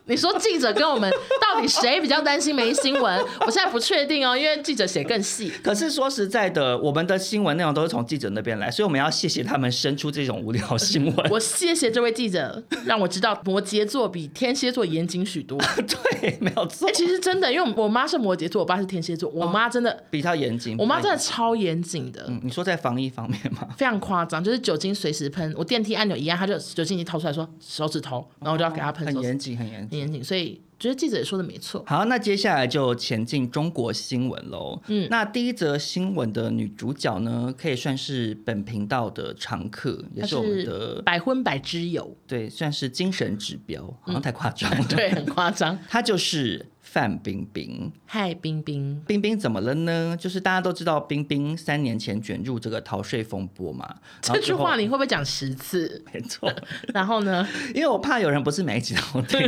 你说记者跟我们到底谁比较担心没新闻？ 我现在不确定哦，因为记者写更细。可是说实在的，我们的新闻内容都是从记者那边来，所以我们要谢谢他们生出这种无聊新闻。我谢谢这位记者，让我知道摩羯座比天蝎座严谨许多。 哎、 对，没有错，其实真的，因为我妈是摩羯座，我爸是天蝎哦座，我妈真的，比较严谨。我妈真的超严谨的。嗯嗯，你说在防疫方面吗？非常夸张，就是酒精随时喷，我电梯按钮一按，她就酒精已经掏出来说手指头，然后我就要给她喷哦很手指，严谨，很严很谨。严谨。所以觉得记者也说的没错，好，那接下来就前进中国新闻喽。嗯，那第一则新闻的女主角呢，可以算是本频道的常客，也她是我们的是百分百之 友，对，算是精神指标，好像太夸 张了。嗯对，很夸张。她就是范冰冰。嗨，冰冰，冰冰怎么了呢？就是大家都知道，冰冰三年前卷入这个逃税风波嘛。然后这句之后话你会不会讲十次？没错，然后呢？ 因为我怕有人不是每一集都听。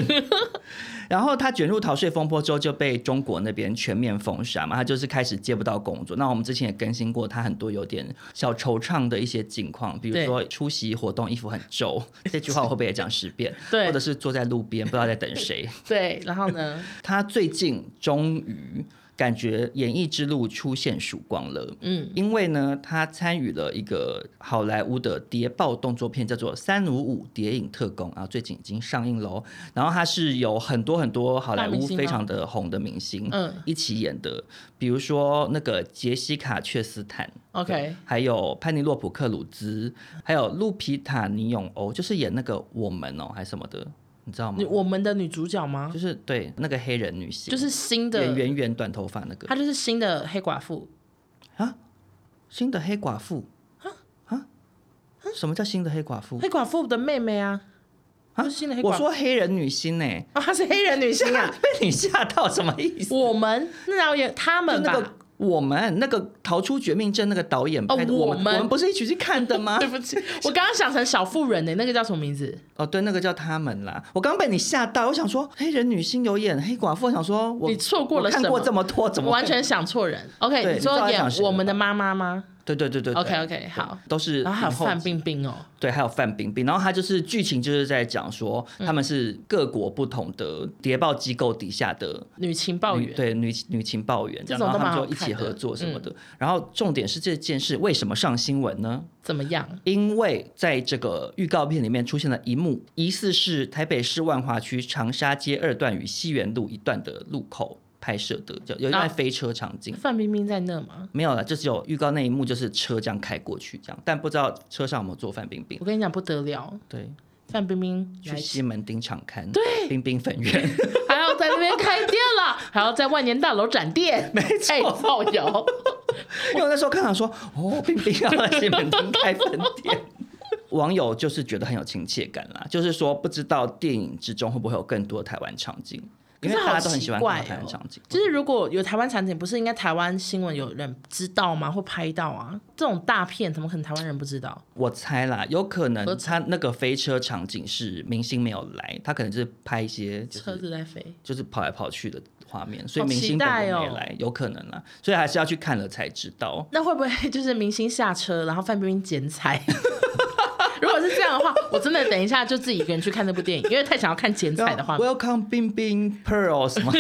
然后他卷入逃税风波之后，就被中国那边全面封杀嘛，他就是开始接不到工作。那我们之前也更新过他很多有点小惆怅的一些境况，比如对说出席活动衣服很 皱，这句话我会不会也讲十遍？对或者是坐在路边不知道在等谁。对，然后呢？他最近终于感觉演艺之路出现曙光了。嗯，因为呢，他参与了一个好莱坞的谍报动作片，叫做《三五五谍影特工》啊，最近已经上映喽。然后他是有很多很多好莱大明坞星吗非常的红的明星，嗯，一起演的，比如说那个杰西卡·雀斯坦 OK 对还有潘尼洛普·克鲁兹，还有路皮塔·尼永欧，就是演那个我们哦，还是什么的，你知道吗你？我们的女主角吗就？是对那个黑人女星，就是新演的，啊圆圆短头发那个啊她就是新的黑寡妇，新的黑寡妇啊啊！什么叫新的黑寡妇？黑寡妇的妹妹啊，啊就是新的黑寡我妇。说黑人女星呢、哦，她是黑人女星啊。 被你吓到什么意思？我们那导演他就们那个吧，我们那个逃出绝命镇那个导演哦拍的，我我们我们不是一起去看 的吗？对不起，我刚刚想成小妇人呢、那个叫什么名字？哦，对，那个叫他们啦。我刚被你吓到，我想说黑人女星有演黑寡妇，我想说我你错过了我看什么过这么多，怎么我会完？全想错人。OK，对你你知道说在讲演谁我了们的妈妈吗？对对对对对 OK，OK，好，都是然后还有影后范冰冰哦，对，还有范冰冰，然后他就是剧情就是在讲说，嗯他们是各国不同的谍报机构底下的女情报女员。对女女情报员，这这种样然都后他蛮们好就一起看的嗯合作什么的。然后重点是这件事为什么上新闻呢？怎么样？因为在这个预告片里面出现了一幕，疑似是台北市万华区长沙街二段与西园路一段的路口拍摄的，就有一啊段飞车场景。范冰冰在那吗？没有了，就只有预告那一幕，就是车这样开过去，这样，但不知道车上有没有坐范冰冰。我跟你讲不得了，对，范冰冰去来，西门町场看，对，冰冰粉圆，还要在那边开店了，还要在万年大楼展店，没错，造谣。 因为我那时候看到说，哦，冰冰要在西门町 开分店。网友就是觉得很有亲切感啦，就是说不知道电影之中会不会有更多台湾场景，可因为是大好家都很喜欢奇怪看台湾哦场景。 就是如果有台湾产品，不是应该台湾新闻有人知道吗？或拍到啊？这种大片怎么可能台湾人不知道？我猜啦，有可合能他那个飞车场景是明星没有来，他可能就是拍一些就车是子在飞，就是跑来跑去的画面，所以好明期星本待人没哦来，有可能啦，所以还是要去看了才知道。那会不会 就是明星下车，然后范冰冰剪彩？ 如果是这样的话，我真的等一下就自己一个人去看这部电影，因为太想要看剪彩的画面。 Welcome 冰冰 Pearl 什么？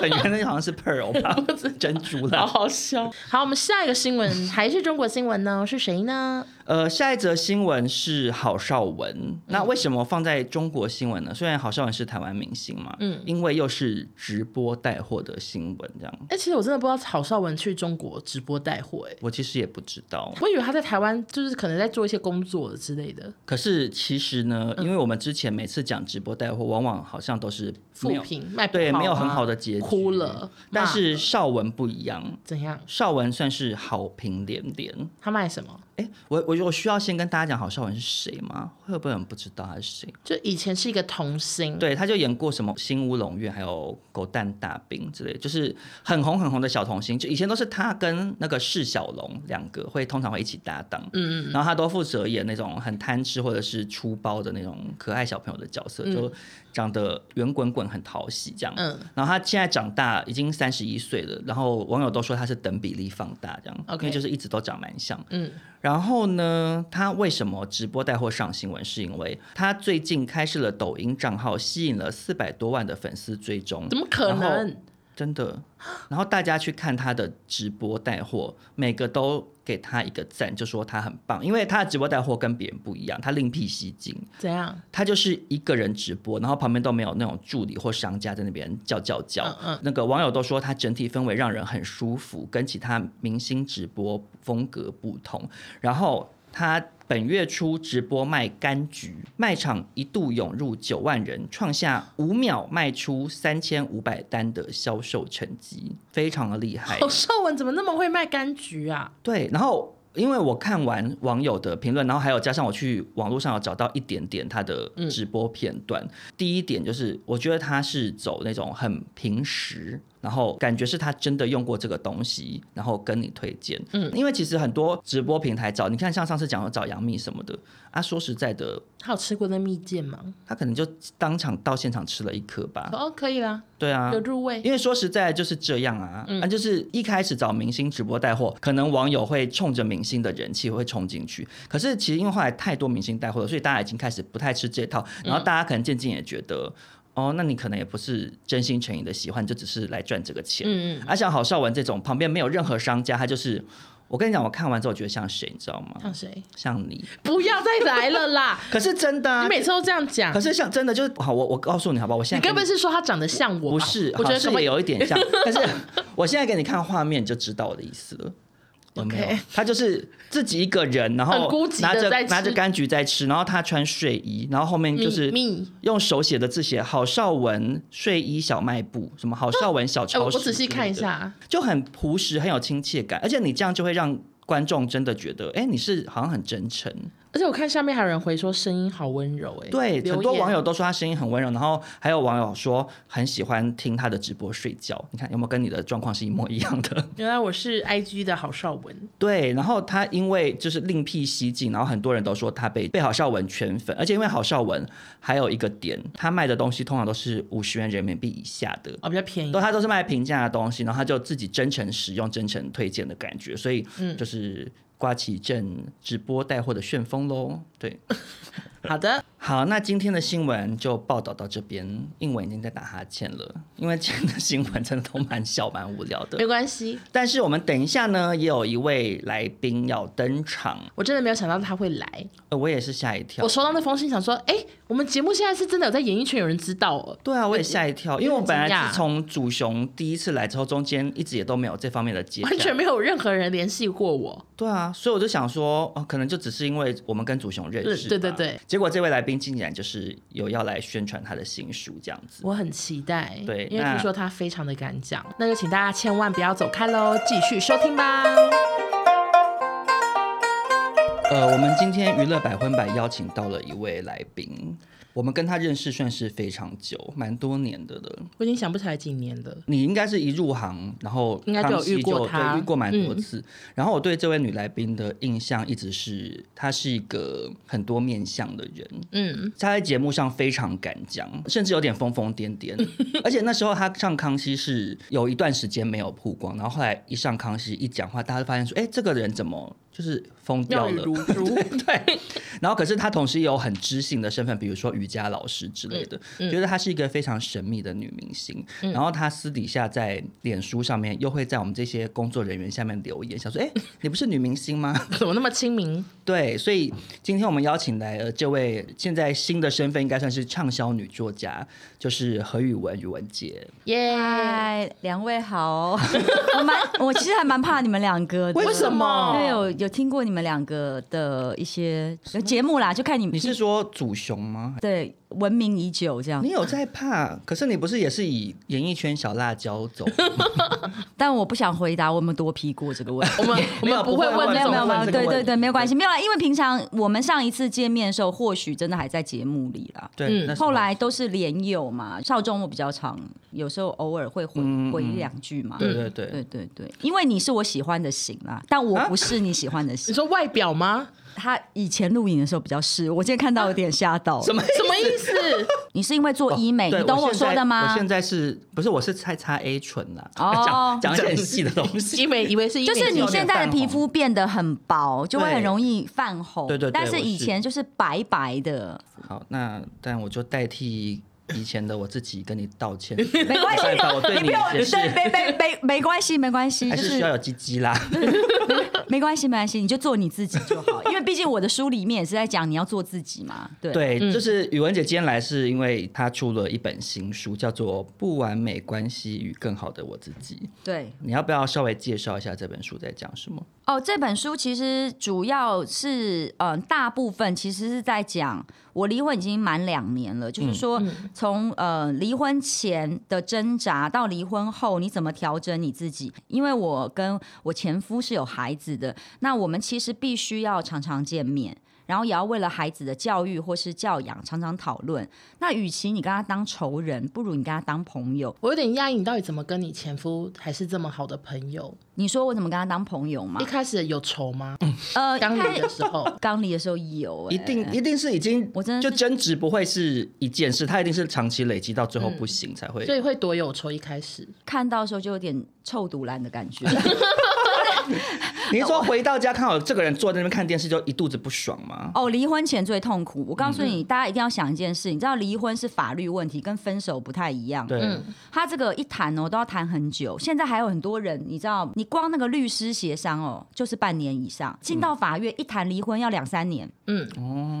本源那好像是 Pearl 吧，珍珠好 啦。好笑。好，我们下一个新闻还是中国新闻呢？是谁呢？呃，下一则新闻是郝邵嗯文。那为什么放在中国新闻呢？虽然郝邵文是台湾明星嘛，嗯，因为又是直播带货的新闻，这样哎、其实我真的不知道郝邵文去中国直播带货、哎，我其实也不知道。我以为他在台湾就是可能在做一些工作之类的。可是其实呢，嗯因为我们之前每次讲直播带货，往往好像都是负没有评卖不对好没有啊很好的结局，哭了但骂是了邵文不一样，怎样？邵文算是好评连连。他卖什么？哎，我我我需要先跟大家讲郝邵文是谁吗？会不会有人不知道他是谁？就以前是一个童星，对，他就演过什么《新乌龙院》还有《狗蛋大兵》之类，就是很红很红的小童星。就以前都是他跟那个释小龙两个会通常会一起搭档，嗯嗯，然后他都负责演那种很贪吃或者是粗包的那种可爱小朋友的角色，就长得圆滚滚很讨喜这样。嗯嗯，然后他现在长大已经三十一岁了，然后网友都说他是等比例放大这样 OK 因为就是一直都长蛮像。嗯，然后呢，他为什么直播带货上新闻？是因为他最近开设了抖音账号，吸引了四百多万的粉丝追踪。怎么可然后？能？真的。然后大家去看他的直播带货，每个都给他一个赞，就说他很棒，因为他的直播带货跟别人不一样，他另辟蹊径。怎样？他就是一个人直播，然后旁边都没有那种助理或商家在那边叫叫叫。嗯嗯那个网友都说他整体氛围让人很舒服，跟其他明星直播风格不同。然后他本月初直播卖柑橘，卖场一度涌入九万人，创下五秒卖出三千五百单的销售成绩，非常的厉害。郝邵文怎么那么会卖柑橘啊？对，然后因为我看完网友的评论，然后还有加上我去网络上有找到一点点他的直播片段。第一点就是，我觉得他是走那种很平实。然后感觉是他真的用过这个东西，然后跟你推荐。嗯，因为其实很多直播平台找，你看像上次讲的找杨幂什么的，啊，说实在的，他有吃过那蜜饯吗？他可能就当场到现场吃了一颗吧。哦，可以啦，对啊，有入味。因为说实在就是这样啊，啊就是一开始找明星直播带货，可能网友会冲着明星的人气会冲进去，可是其实因为后来太多明星带货了，所以大家已经开始不太吃这套，然后大家可能渐渐也觉得。哦，那你可能也不是真心诚意的喜欢，就只是来赚这个钱。嗯嗯，而、像郝邵文这种旁边没有任何商家，他就是，我跟你讲，我看完之后觉得像谁，你知道吗？像谁？像你。不要再来了 啦！可是真的、你啊，每次都这样讲可，是像真的就是好，我我告诉你好不好？我现你在该不会是说他长得像我吧？不是，我觉得好根像本也有一点 像，但是我现在给你看画面，你就知道我的意思了。有没有 OK 他就是自己一个人，然很后孤寂地拿着在吃拿着柑橘在吃，然后他穿睡衣，然后后面就是蜜蜜用手写的字写“郝邵文睡衣小卖部”什么“郝邵文小 哎，我超市”，我仔细看一，下，啊就很朴实，很有亲切感，而且你这样就会让观众真的觉得，哎，你是好像很真诚。而且我看下面还有人回说声音好温柔、哎，对，留很多言网友都说他声音很温柔，然后还有网友说很喜欢听他的直播睡觉。你看有没有跟你的状况是一模一样的？ 原来我是 IG 的郝邵文，对，然后他因为就是另辟蹊径，然后很多人都说他被被郝邵文圈粉，而且因为郝邵文还有一个点，他卖的东西通常都是五十元人民币以下的。哦，比较便宜都，他都是卖平价的东西，然后他就自己真诚使用、真诚推荐的感觉，所以就是刮起正直播带货的旋风喽。对，好的，好，那今天的新闻就报道到这边。英文已经在打哈欠了，因为今天的新闻真的都蛮小、蛮无聊的 没。关系，但是我们等一下呢，也有一位来宾要登场，我真的没有想到他会来，呃，我也是吓一跳我。收到那封信想说，哎、我们节目现在是真的有在演艺圈有人知道哦，对啊，我也吓一跳，因为我本有点来惊讶是从主雄第一次来之后，中间一直也都没有这方面的接洽。啊完全没有任何人联系过我，对啊，所以我就想说，哦，可能就只是因为我们跟祖雄认嗯识，对对对。结果这位来宾竟然就是有要来宣传他的新书这样子。我很期待，对因为那听说他非常的敢讲，那就请大家千万不要走开喽，继续收听吧。呃，我们今天娱乐百分百邀请到了一位来宾，我们跟他认识算是非常久，蛮多年的了。我已经想不起来几年了，你应该是一入行，然后应该就有康熙遇过他对，遇过蛮多嗯次。然后我对这位女来宾的印象一直是，她是一个很多面相的人，嗯，他在节目上非常敢讲，甚至有点疯疯癫癫。 而且那时候他上康熙是有一段时间没有曝光，然后后来一上康熙一讲话，大家都发现说，哎、这个人怎么就是疯掉妙语了？如珠， 对。然后可是他同时也有很知性的身份，比如说瑜伽老师之类的，觉得她是一个非常神秘的女明星。然后她私底下在脸书上面又会在我们这些工作人员下面留言，想说，哎、 你不是女明星吗？ 怎么那么亲民？对，所以今天我们邀请来了这位现在新的身份，应该算是畅销女作家，就是何宇文、宇文杰。耶、嗨，两 位好，我蛮我其实还蛮怕你们两个的，为什么因为有有听过你们两个的一些有节目啦，就看你们你是说祖雄吗？对闻名已久这样你，有在怕？可是你不是也是以演艺圈小辣椒走吗？但我不想回答我们多批过这个问哦题。我 们我们没有不不会会问问这种没有没有没问有，题，对对对，没有关系，没有啦，因为平常我们上一次见面的时候，或许真的还在节目里啦。对，那时候后来都是连友嘛，少中我比较常，有时候偶尔会回嗯嗯回一两句嘛。对对对。对对对，因为你是我喜欢的型啦，但啊我不是你喜欢的型你。说外表吗？他以前录影的时候比较是，我今天看到有点吓到。什么？哦什么意思？你是因为做医美，对你懂我现说在的我吗？现在是不是我是在擦 A 醇啦？哦讲讲一些很细的东西。 以为以为是就因为是你你有现在的皮肤变得很薄，就会对很容易泛红。对对对但我是以是前就是白白的，好，那但我就代替以前的我自己跟你道歉。没关系没办法我，对你你不用也是对，没没没没关系，没关系，还就是需要有鸡鸡啦。没关系，没关系，你就做你自己就好。因为毕竟我的书里面也是在讲你要做自己嘛。对，对，就是宇文姐今天来是因为她出了一本新书，叫做《不完美关系与更好的我自己》。对你要不要稍微介绍一下这本书在讲什么？哦，这本书其实主要是，嗯、大部分其实是在讲我离婚已经满两年了，就是说从呃离婚前的挣扎到离婚后，你怎么调整你自己？因为我跟我前夫是有孩子的，那我们其实必须要常常见面。然后也要为了孩子的教育或是教养常常讨论。那与其你跟他当仇人，不如你跟他当朋友。我有点讶异，你到底怎么跟你前夫还是这么好的朋友？你说我怎么跟他当朋友嘛一？开始有仇吗？呃，刚一离开的时 候，刚离的时候有、欸，一定一定是已经，我真的就是争执不会是一件事，它一定是长期累积到最后不行才会。所以会多有仇。一开始，看到的时候就有点臭肚腩的感觉。 你是说回到家看好这个人坐在那边看电视就一肚子不爽吗？哦，离婚前最痛苦。我告诉你，大家一定要想一件事，你知道离婚是法律问题，跟分手不太一样。对，他这个一谈哦，都要谈很久。现在还有很多人，你知道，你光那个律师协商哦，就是半年以上。进到法院一谈离婚要两三年，嗯，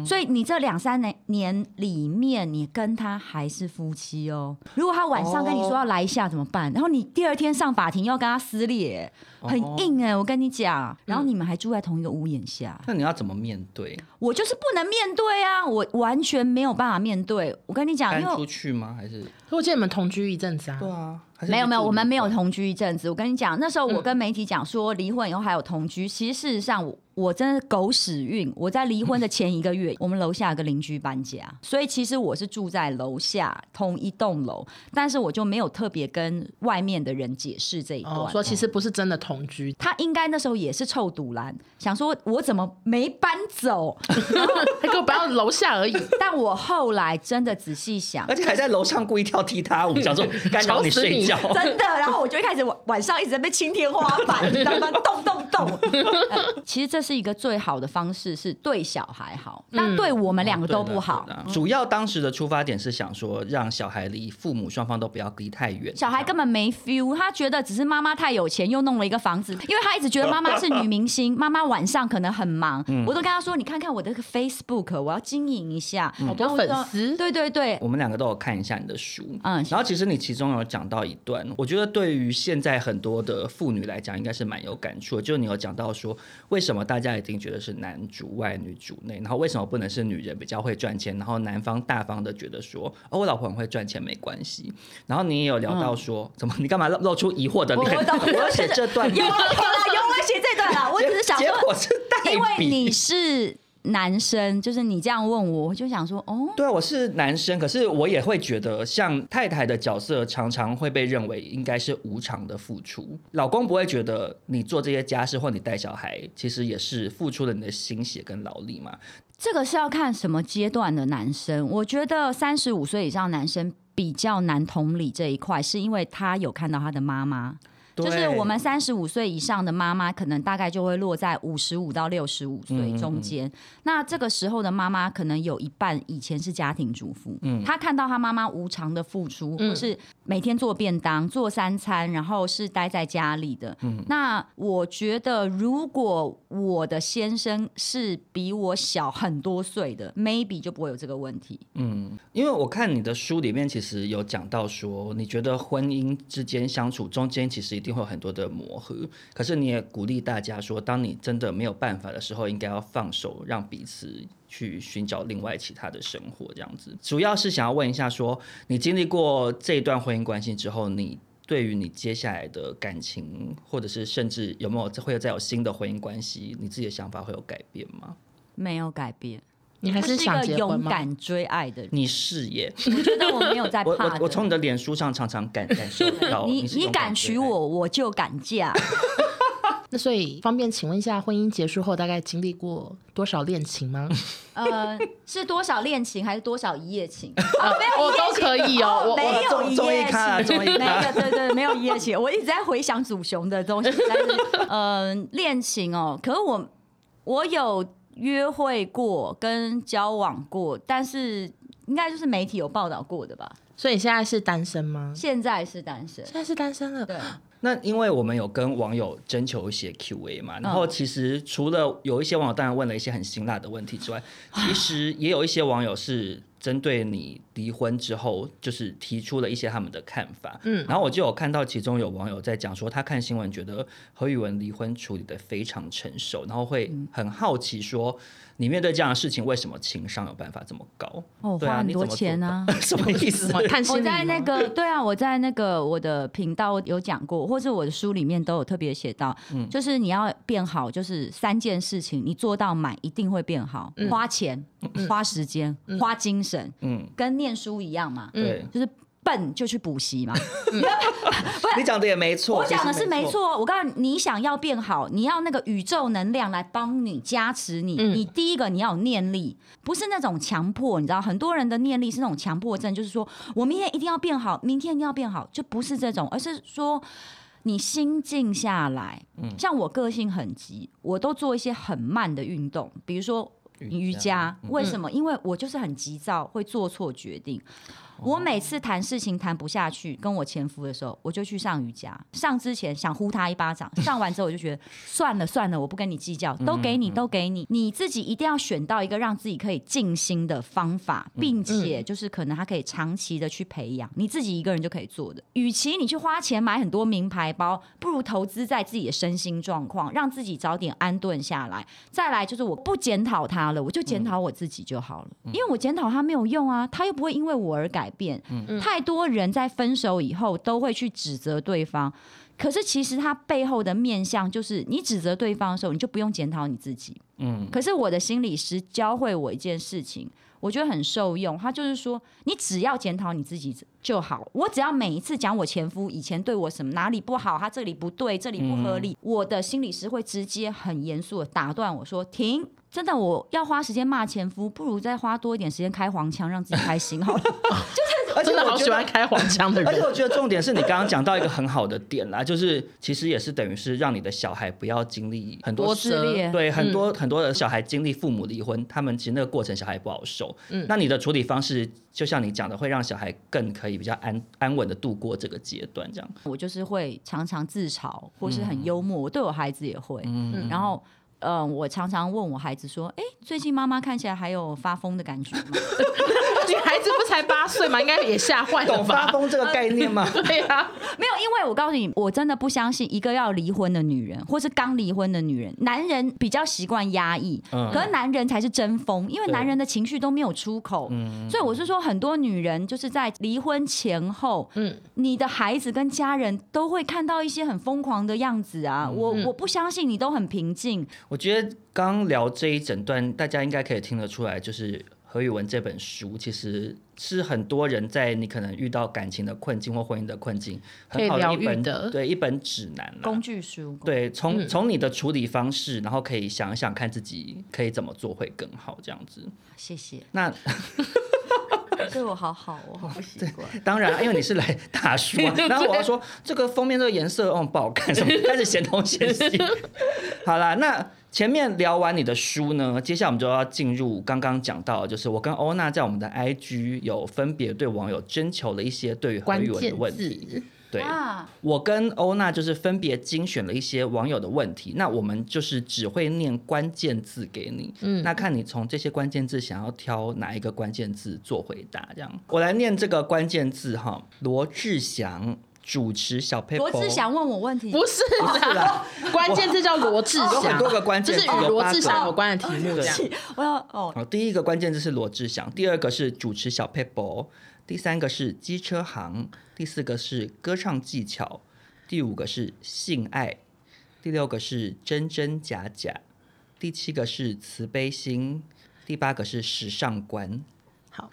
所以你这两三年年里面，你跟他还是夫妻哦。如果他晚上跟你说要来一下怎么办？然后你第二天上法庭又要跟他撕裂，很硬哎、我跟你讲。然后你们还住在同一个屋檐下，那你要怎么面对？我就是不能面对啊，我完全没有办法面对。我跟你讲，搬因为出去吗？还是可我记得你们同居一阵子啊，啊？还是没有没有，住我们旅没有馆同居一阵子。我跟你讲，那时候我跟媒体讲说离婚以后还有同居，其实事实上我我真的狗屎运。我在离婚的前一个月，我们楼下有个邻居搬家，所以其实我是住在楼下同一栋楼，但是我就没有特别跟外面的人解释这一段。哦，说其实不是真的同居，他应该那时候也是臭赌蓝，想说我怎么没搬走？ 他给我搬到楼下而已。但我后来真的仔细想而，且还在楼上故意跳踢踏舞， 想说干扰你吵死睡你觉。真的，然后我就一开始晚晚上一直在被亲天花 板，你知道吗？动动动。呃其实这是一个最好的方式，是对小孩好，嗯但对我们两个都不哦好对。的。对的主要当时的出发点是想说，让小孩离父母双方都不要离太远。小孩根本没 feel，他觉得只是妈妈太有钱，又弄了一个房子，因为他一直觉得妈妈是女明星，妈妈晚上可能很忙。嗯我都跟他说：“你看看我的 Facebook，我要啊经营一下，好多然后我就粉丝对对对，我们两个都有看一下你的书，嗯嗯，然后其实你其中有讲到一段，我觉得对于现在很多的妇女来讲，应该是蛮有感触的。就是你有讲到说，为什么大家一定觉得是男主外女主内，然后为什么不能是女人比较会赚钱，然后男方大方的觉得说，哦，我老婆很会赚钱没关系。然后你也有聊到说，怎么你干嘛露露出疑惑的嗯我脸？我懂，我要写这段，有了有了有我写这段了，我只是 想结说，果是代因为笔你是男生，就是你这样问我，我就想说，哦，对啊，我是男生，可是我也会觉得，像太太的角色常常会被认为应该是无偿的付出，老公不会觉得你做这些家事或你带小孩，其实也是付出了你的心血跟劳力嘛。这个是要看什么阶段的男生。我觉得三十五岁以上男生比较难同理这一块，是因为他有看到他的妈妈。就是对我们三十五岁以上的妈妈，可能大概就会落在五十五到六十五嗯岁中间。那这个时候的妈妈，可能有一半以前是家庭主妇，嗯她看到她妈妈无偿的付出，嗯或是每天做便当、做三餐，然后是待在家里的。嗯那我觉得，如果我的先生是比我小很多岁的，maybe 就不会有这个问题。因为我看你的书里面，其实有讲到说，你觉得婚姻之间相处中间，其实一定会有很多的磨合。可是你也鼓励大家说，当你真的没有办法的时候，应该要放手，让彼此去寻找另外其他的生活。这样子，主要是想要问一下说，你经历过这一段婚姻关系之后，你对于你接下来的感情，或者是甚至有没有会有再有新的婚姻关系，你自己的想法会有改变吗？没有改变，你还我是一想个结婚勇吗？敢追爱的人。你是耶，我觉得我没有在 我怕我的。我从你的脸书上常常感感受到 你哦是这你种敢觉娶的我，我就敢嫁。那所以方便请问一下，婚姻结束后大概经历过多少恋情吗？ 呃，是多少恋情还是多少一夜情？ 啊我都可以哦，我没我有综一综艺夜咖啊情，综艺咖 没有对对，没有一夜情。我一直在回想祖雄的东西，但是呃，恋情哦，可是我我有约会过跟交往过，但是应该就是媒体有报道过的吧。所以你现在是单身吗？现在是单身，现在是单身了， 对，那因为我们有跟网友征求一些 Q&A 嘛，然后其实除了有一些网友当然问了一些很辛辣的问题之外，啊其实也有一些网友是针对你离婚之后，就是提出了一些他们的看法。嗯，然后我就有看到其中有网友在讲说，他看新闻觉得何宇文离婚处理的非常成熟，然后会嗯很好奇说，你面对这样的事情，为什么情商有办法这么高？哦对花啊，很你怎多么做钱啊到， 什么意 思？我看心我理吗在那个对啊，我在那个我的频道有讲过，或者我的书里面都有特别写到，嗯就是你要变好，就是三件事情你做到满一定会变好，嗯花钱、花时间、花精神，嗯，跟念书一样嘛，对。就是笨就去补习 嘛。你讲的也没错，我讲的其是实没错。错，我告诉你，你想要变好，你要那个宇宙能量来帮你加持你。你第一个你要有念力，不是那种强迫，你知道很多人的念力是那种强迫症，就是说我明天一定要变好，明天一定要变好，就不是这种，而是说。你心静下来，像我个性很急，我都做一些很慢的运动，比如说瑜瑜伽。伽为什么？因为我就是很急躁，会做错决定。我每次谈事情谈不下去，跟我前夫的时候，我就去上瑜伽。上之前想呼他一巴掌，上完之后我就觉得算了算了，我不跟你计较，都给你，都给你。你自己一定要选到一个让自己可以静心的方法，并且就是可能他可以长期的去培养，你自己一个人就可以做的。与其你去花钱买很多名牌包，不如投资在自己的身心状况，让自己早点安顿下来。再来就是我不检讨他了，我就检讨我自己就好了，因为我检讨他没有用啊，他又不会因为我而改改变。太多人在分手以后都会去指责对方，可是其实他背后的面向就是，你指责对方的时候，你就不用检讨你自己。嗯，可是我的心理师教会我一件事情，我觉得很受用。他就是说，你只要检讨你自己就好。我只要每一次讲我前夫以前对我什么哪里不好，他这里不对，这里不合理，我的心理师会直接很严肃的打断我说：“停，真的，我要花时间骂前夫，不如再花多一点时间开黄腔，让自己开心好了。而且真的我好觉喜得欢开黄腔的而且人。我觉得重点是你刚刚讲到一个很好的点啦， 就是其实也是等于是让你的小孩不要经历很多我自恋。对，很多、很多的小孩经历父母离婚，他们其实那个过程小孩不好受。嗯，那你的处理方式，就像你讲的，会让小孩更可以比较安安稳的度过这个阶段，这样。我就是会常常自嘲，或是很幽默，我对我孩子也会。嗯，然后，嗯，我常常问我孩子说：“哎，最近妈妈看起来还有发疯的感觉吗？”女孩子不才八岁嘛，应该也吓坏了懂发吧？疯这个概念吗？对啊，没有，因为我告诉你，我真的不相信一个要离婚的女人，或是刚离婚的女人，男人比较习惯压抑，嗯可是男人才是真疯，因为男人的情绪都没有出口。嗯所以我是说，很多女人就是在离婚前后，嗯你的孩子跟家人都会看到一些很疯狂的样子啊。我我不相信你都很平静，我觉得刚聊这一整段，大家应该可以听得出来，就是何宇文这本书其实是很多人在你可能遇到感情的困境或婚姻的困境，可很以好的疗一愈本的，对一本指南啦工具书。对，从从你的处理方式，然后可以想一想看自己可以怎么做会更好，这样子。谢谢，那对我好好，我好不习惯。当然，啊因为你是来打书、啊对然后我要说这个封面这个颜色哦不好 看，什么开始嫌东嫌西。好啦，那前面聊完你的书呢，接下来我们就要进入刚刚讲到的，就是我跟欧娜在我们的 IG 有分别对网友征求了一些对于何关语文的键问题。字对，啊，我跟欧娜就是分别精选了一些网友的问题，那我们就是只会念关键字给你，嗯，那看你从这些关键字想要挑哪一个关键字做回答，这样。我来念这个关键字哈，罗志祥主持小佩，罗志祥问我问题，不是啦， 关键字叫罗志有很祥，多个关就键是字，与有罗八志个祥有关的题目这样。我要哦，好，第一个关键字是罗志祥，第二个是主持小 paper，第三个是机车行，第四个是歌唱技巧，第五个是性爱，第六个是真真假假，第七个是慈悲心，第八个是时尚观。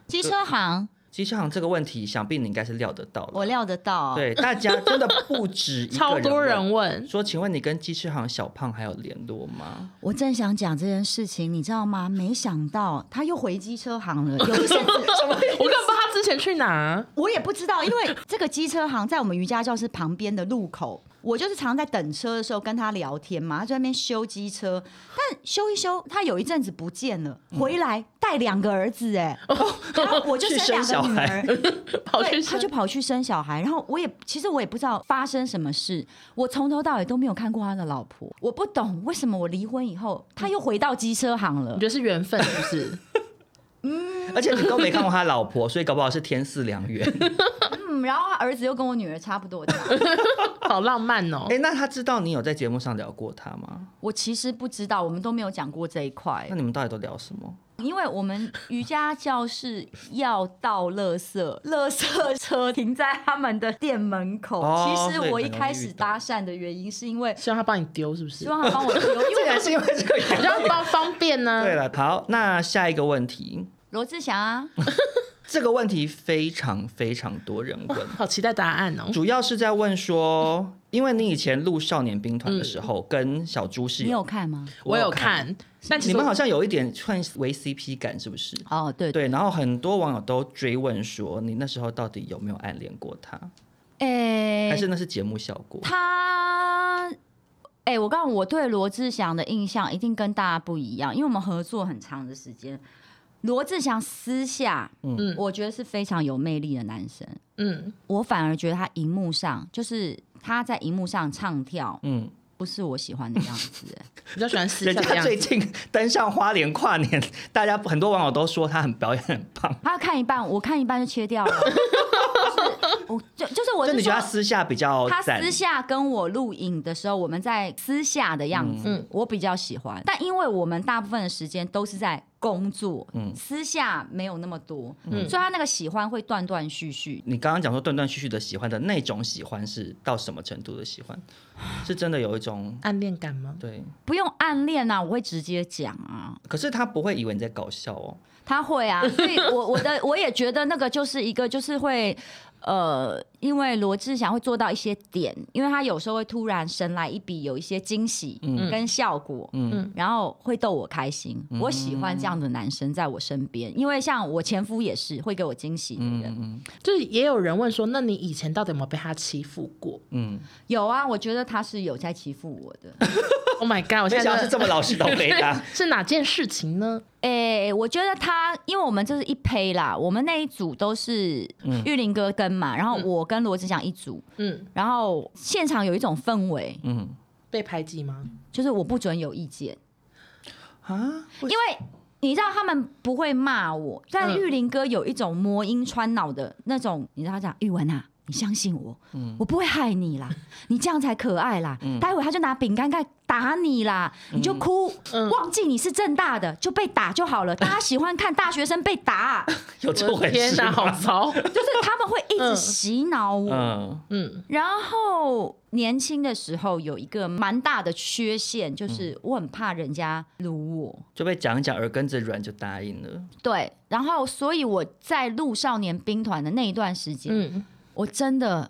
机车行机车行这个问题，想必你应该是料得到我的。料得到，对，大家真的不止一个 超多人人问，说，请问你跟机车行小胖还有联络吗？我正想讲这件事情，你知道吗？没想到他又回机车行了。有一阵子我根本不知道他之前去哪。 我也不知道，因为这个机车行在我们瑜伽教室旁边的路口，我就是常在等车的时候跟他聊天嘛，他在那边修机车，但修一修，他有一阵子不见了，回来带两个儿子、哎、然后我就去生生两个女小孩儿， 跑去对，他就跑去生小孩，然后我也其实我也不知道发生什么事，我从头到尾都没有看过他的老婆，我不懂为什么我离婚以后他又回到机车行了你觉。得是缘分是不是？而且你都没看过他老婆，所以搞不好是天赐良缘。嗯，然后他儿子又跟我女儿差不多大。 好浪漫哦哎、！那他知道你有在节目上聊过他吗？我其实不知道，我们都没有讲过这一块那，你们到底都聊什么？因为我们瑜伽教室要到垃圾，垃圾车停在他们的店门口。哦其实所以我一很容易开遇始到搭讪的原因是因为希望他帮你丢是不是希？望他帮 我丢，因为是因为这个比较方方便呢、 对了，好，那下一个问题，罗志祥啊，这个问题非常非常多人问，好期待答案哦！主要是在问说，因为你以前录少年兵团的时候，跟小猪是你有看吗？我有有，看，但其你实们好我像有一点串为 CP 感，是不是？哦，对对，然后很多网友都追问说，你那时候到底有没有暗恋过他？诶、还是那是节目效果？他，哎、我告诉你，我对罗志祥的印象一定跟大家不一样，因为我们合作很长的时间。罗志祥私下，嗯，我觉得是非常有魅力的男生。嗯，我反而觉得他荧幕上，就是他在荧幕上唱跳，嗯，不是我喜欢的样子、 哎比较喜欢私人下的家样最子。近登上花莲跨年，大家很多网友都说他很表演很棒。他看一半，我看一半就切掉了。 就是我就就是我就是你觉得他说，私下比较他赞私下跟我录影的时候，我们在私下的样子，我比较喜欢。但因为我们大部分的时间都是在工作，私下没有那么多，所以他那个喜欢会断断续续。你刚刚讲说断断续续的喜欢的那种喜欢是到什么程度的喜欢？是真的有一种暗恋感吗？对，不用暗恋啊，我会直接讲啊，可是他不会以为你在搞笑哦。他 会啊，所以我我的我也觉得那个就是一个就是会。呃，因为罗志祥会做到一些点，因为他有时候会突然神来一笔，有一些惊喜跟效果，嗯然后会逗我开心。我喜欢这样的男生在我身边，因为像我前夫也是会给我惊喜的人。嗯就是也有人问说，那你以前到底有没有被他欺负过嗯，有啊，我觉得他是有在欺负我的。 ？Oh my god！我没现想到在。是这么老实的回答 是哪件事情呢？诶、我觉得他，因为我们这是一胚啦，我们那一组都是嗯玉林哥跟嘛，然后我跟罗志祥一组，嗯，然后现场有一种氛围，嗯被排挤吗？就是我不准有意见。啊，因为你知道他们不会骂我，但嗯玉林哥有一种魔音穿脑的那种，你知道他讲玉文啊。你相信我，我不会害你啦，你这样才可爱啦。待会他就拿饼干盖打你啦，你就哭，嗯忘记你是正大的，就被打就好了。大家喜欢看大学生被打，就有这我的回天事哪，好吗？ 糟！是他们会一直嗯洗脑我。嗯嗯，然后年轻的时候有一个蛮大的缺陷，就是我很怕人家撸我。就被讲一讲，耳根子软就答应了。对，然后所以我在陆少年兵团的那一段时间，嗯，我真的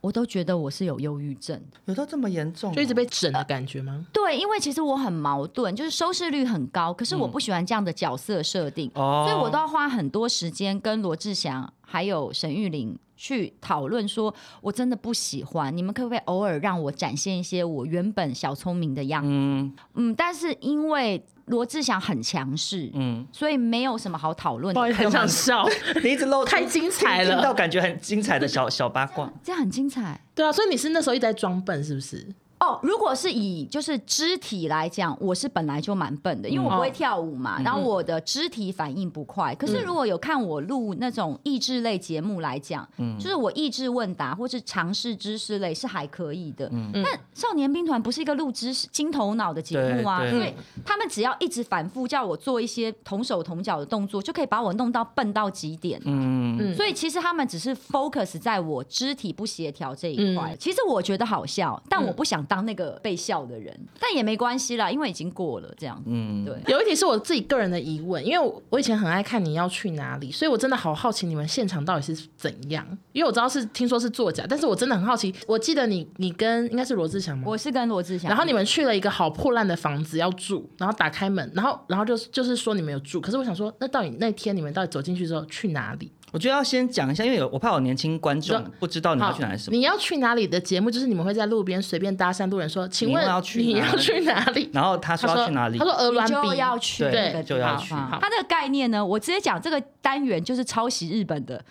我都觉得我是有忧郁症。有到这么严重哦、就一直被整的感觉吗？对，因为其实我很矛盾，就是收视率很高，可是我不喜欢这样的角色设定，哦，所以我都要花很多时间跟罗志祥还有沈玉琳去讨论说，我真的不喜欢，你们可不可以偶尔让我展现一些我原本小聪明的样子？嗯嗯，但是因为罗志祥很强势，嗯，所以没有什么好讨论不好意的思，很想笑。你一直露出太精彩了听听到感觉很精彩的小小八卦。这样很精彩。 对啊，所以你是那时候一直在装笨，是不是？哦，如果是以就是肢体来讲，我是本来就蛮笨的，因嗯为我不会跳舞哦嘛，然后我的肢体反应不快。可是如果有嗯看我录那种益智类节目来讲，就是我益智问答或是尝试知识类是还可以的。嗯但少年兵团不是一个录知识金头脑的节目啊，对对所以他们只要一直反复叫我做一些同手同脚的动作，就可以把我弄到笨到极点。嗯，嗯所以其实他们只是 focus 在我肢体不协调这一嗯块。其实我觉得好笑，但我不想当那个被笑的嗯人，但也没关系啦，因为已经过了这样子。嗯对，有一题是我自己个人的疑问，因为我我以前很爱看你要去哪里，所以我真的好好奇你们现场到底是怎样。因为我知道是听说是作假，但是我真的很好奇。我记得你你跟应该是罗志祥吗？我是跟罗志祥，然后你们去了一个好破烂的房子要住，然后打开门，然后然后就是就是说你们有住，可是我想说，那到底那天你们到底走进去之后去哪里？我觉得要先讲一下，因为有我怕有年轻观众对不知道你好，要嗯去哪里什么，你要去哪里的节目，就是你们会在路边随便搭讪路人说，请你问问要去你哪要去哪里？然后他他说说要去哪里他，说鹅你銮就鼻要去对那个地就要方。去好它这个概念呢，我直接讲这个单元就是抄袭日本 的。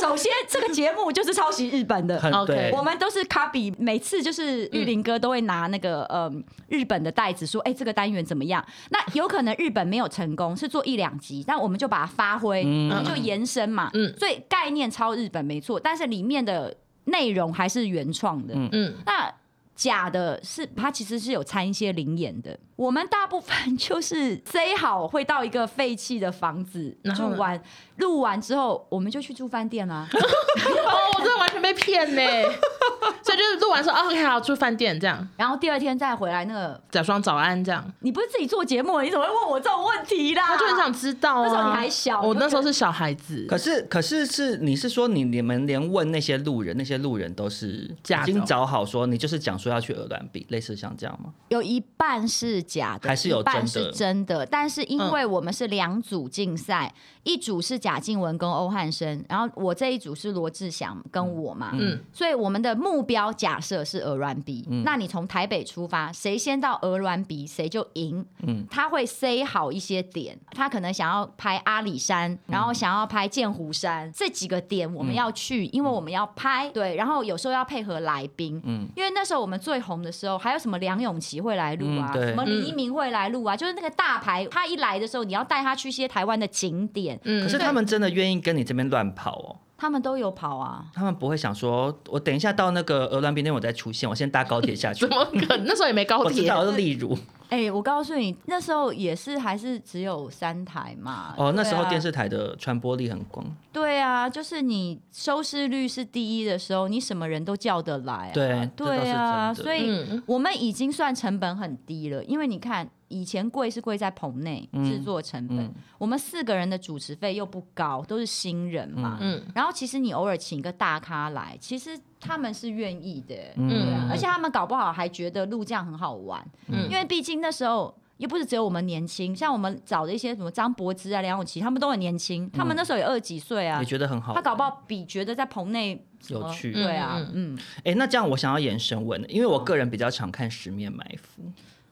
首先，这个节目就是抄袭日本的。很 OK 对我，们都是 copy，每次就是玉林哥都会拿那个呃日本的袋子说，哎、这个单元怎么样？那有可能日本没有成功，是做一两集，但我们就把它发挥，我们就延伸嘛。嗯所以概念抄日本没错，但是里面的内容还是原创的。嗯嗯，那假的是，它其实是有掺一些灵眼的。我们大部分就是塞好，会到一个废弃的房子然后住呢完，录完之后，我们就去住饭店啊啦、哦，我真的完全被 骗呢。所以就是录完说、哦、OK 好住饭店这样，然后第二天再回来那个假装早安这样，你不是自己做节目，你怎么会问我这种问题啦？他就很想知道、啊。那时候你还小我你会那时候是小孩子。可是可是是你是说你你们连问那些路人，那些路人都是假的哦已经找好说你就是讲说要去鹅銮鼻，类似像这样吗？有一半是假的，还是有一半真的是真的。但是因为我们是两组竞赛，一组是贾静雯跟欧汉生，然后我这一组是罗志祥跟我嘛，嗯所以我们的目标假设是鹅銮鼻。嗯那你从台北出发，谁先到鹅銮鼻，谁就赢。嗯他会塞好一些点，他可能想要拍阿里山，嗯然后想要拍剑湖山、这几个点，我们要去，因为我们要拍对，然后有时候要配合来宾，嗯因为那时候我们最红的时候，还有什么梁咏琪会来录啊嗯，对嗯什么黎明会来录啊，就是那个大牌，他一来的时候，你要带他去一些台湾的景点，嗯可是他们真的愿意跟你这边乱跑哦，他们都有跑啊。他们不会想说我等一下到那个鹅銮鼻那边我再出现，我先搭高铁下去 怎。么可能？那时候也没高我知铁，道，例如哎、哎、我告诉你，那时候也是还是只有三台嘛。哦，那时候对啊电视台的传播力很广，对啊，就是你收视率是第一的时候，你什么人都叫得来、啊。对这倒是对啊，真的所以嗯，我们已经算成本很低了，因为你看以前贵是贵在棚内制作成本，嗯我们四个人的主持费又不高，都是新人嘛。嗯嗯然后其实你偶尔请个大咖来，其实他们是愿意的，啊嗯而且他们搞不好还觉得录这样很好玩，嗯因为毕竟那时候。又不是只有我们年轻，像我们找的一些什么张柏芝啊、梁咏琪，他们都很年轻，他们那时候也二十几岁啊也，觉得很好。他搞不好比觉得在棚内什么有趣对啊，嗯嗯，哎、那这样我想要延伸问，因为我个人比较常看《十面 埋伏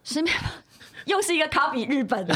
十面 又是一个卡比日本的，》，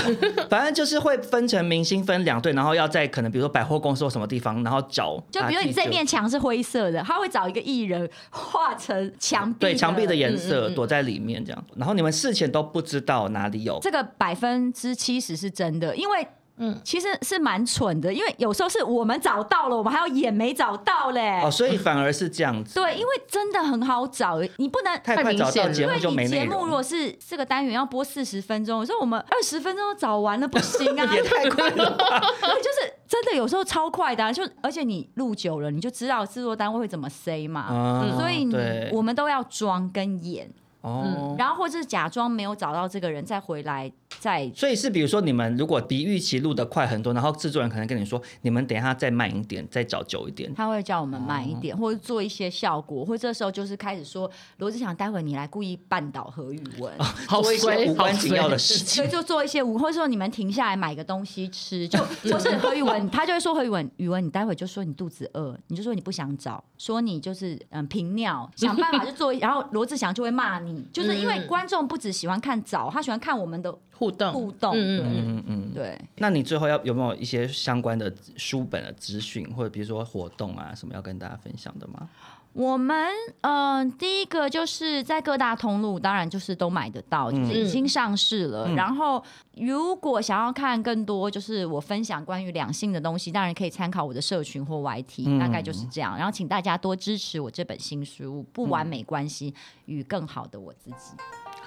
反正就是会分成明星分两队，然后要在可能比如说百货公司或什么地方，然后找就他比如自己你这就面墙是灰色的，他会找一个艺人画成墙壁，对墙壁的颜色嗯嗯嗯躲在里面这样，然后你们事前都不知道哪里有，这个百分之七十是真的，因为。嗯嗯，其实是蛮蠢的，因为有时候是我们找到了，我们还要演没找到嘞。哦，所以反而是这样子，对，因为真的很好找，你不能太太快明找显到了节因目为就没你节内目如容，，果是这个单元要播四十分钟，有时候我们二十分钟都找完了，不行啊 也太快了 吧。对，就是真的有时候超快的、啊，就而且你录久了，你就知道制作单位会怎么塞嘛。嗯啊所以你对我们嗯都要装跟演，哦。然后或者是假装没有找到这个人，再回来再所以是，比如说你们如果比预期录的快很多，然后制作人可能跟你说，你们等一下再慢一点，再找久一点。他会叫我们慢一点，哦或者做一些效果，或者这时候就是开始说罗志祥，待会你来故意绊倒何宇文。好做一些衰无关好紧要衰的事情所以就做一些无，或者说你们停下来买个东西 吃，就就是何宇文，他就会说何宇文，宇文，你待会就说你肚子饿，你就说你不想找，说你就是嗯 频尿，想办法就做，然后罗志祥就会骂你，就是因为嗯观众不只喜欢看找，他喜欢看我们的互动互动，嗯嗯嗯嗯。对。那你最后要有没有一些相关的书本的资讯，或者比如说活动啊什么要跟大家分享的吗？我们嗯、呃第一个就是在各大通路，当然就是都买得到，就是已经上市了。然后如果想要看更多，就是我分享关于两性的东西，当然可以参考我的社群或 YT，、大概就是这样。然后请大家多支持我这本新书《不完美关系与更好的我自己》。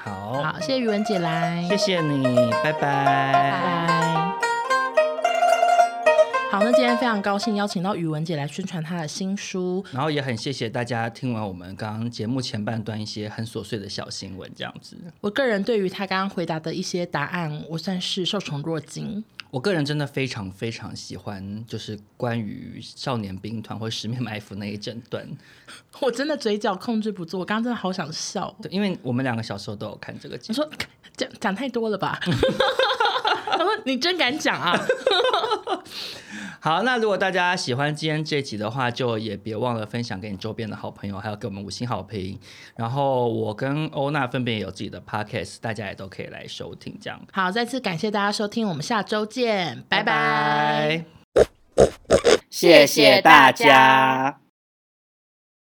好，好，谢谢宇文姐来，谢谢你，拜拜拜拜。好，那今天非常高兴邀请到宇文姐来宣传她的新书。然后也很谢谢大家听完我们刚刚节目前半段一些很琐碎的小新闻，这样子。我个人对于她刚刚回答的一些答案，我算是受宠若惊。我个人真的非常非常喜欢，就是关于少年兵团或十面埋伏那一整段，我真的嘴角控制不住，我刚刚真的好想笑。对，因为我们两个小时候都有看这个节我目。说讲讲太多了吧？ 他说你真敢讲啊！ 好，那如果大家喜欢今天这集的话，就也别忘了分享给你周边的好朋友，还有给我们五星好评。然后我跟欧娜分别也有自己的 podcast，大家也都可以来收听。这样，好，再次感谢大家收听，我们下周见，拜拜。谢谢大家。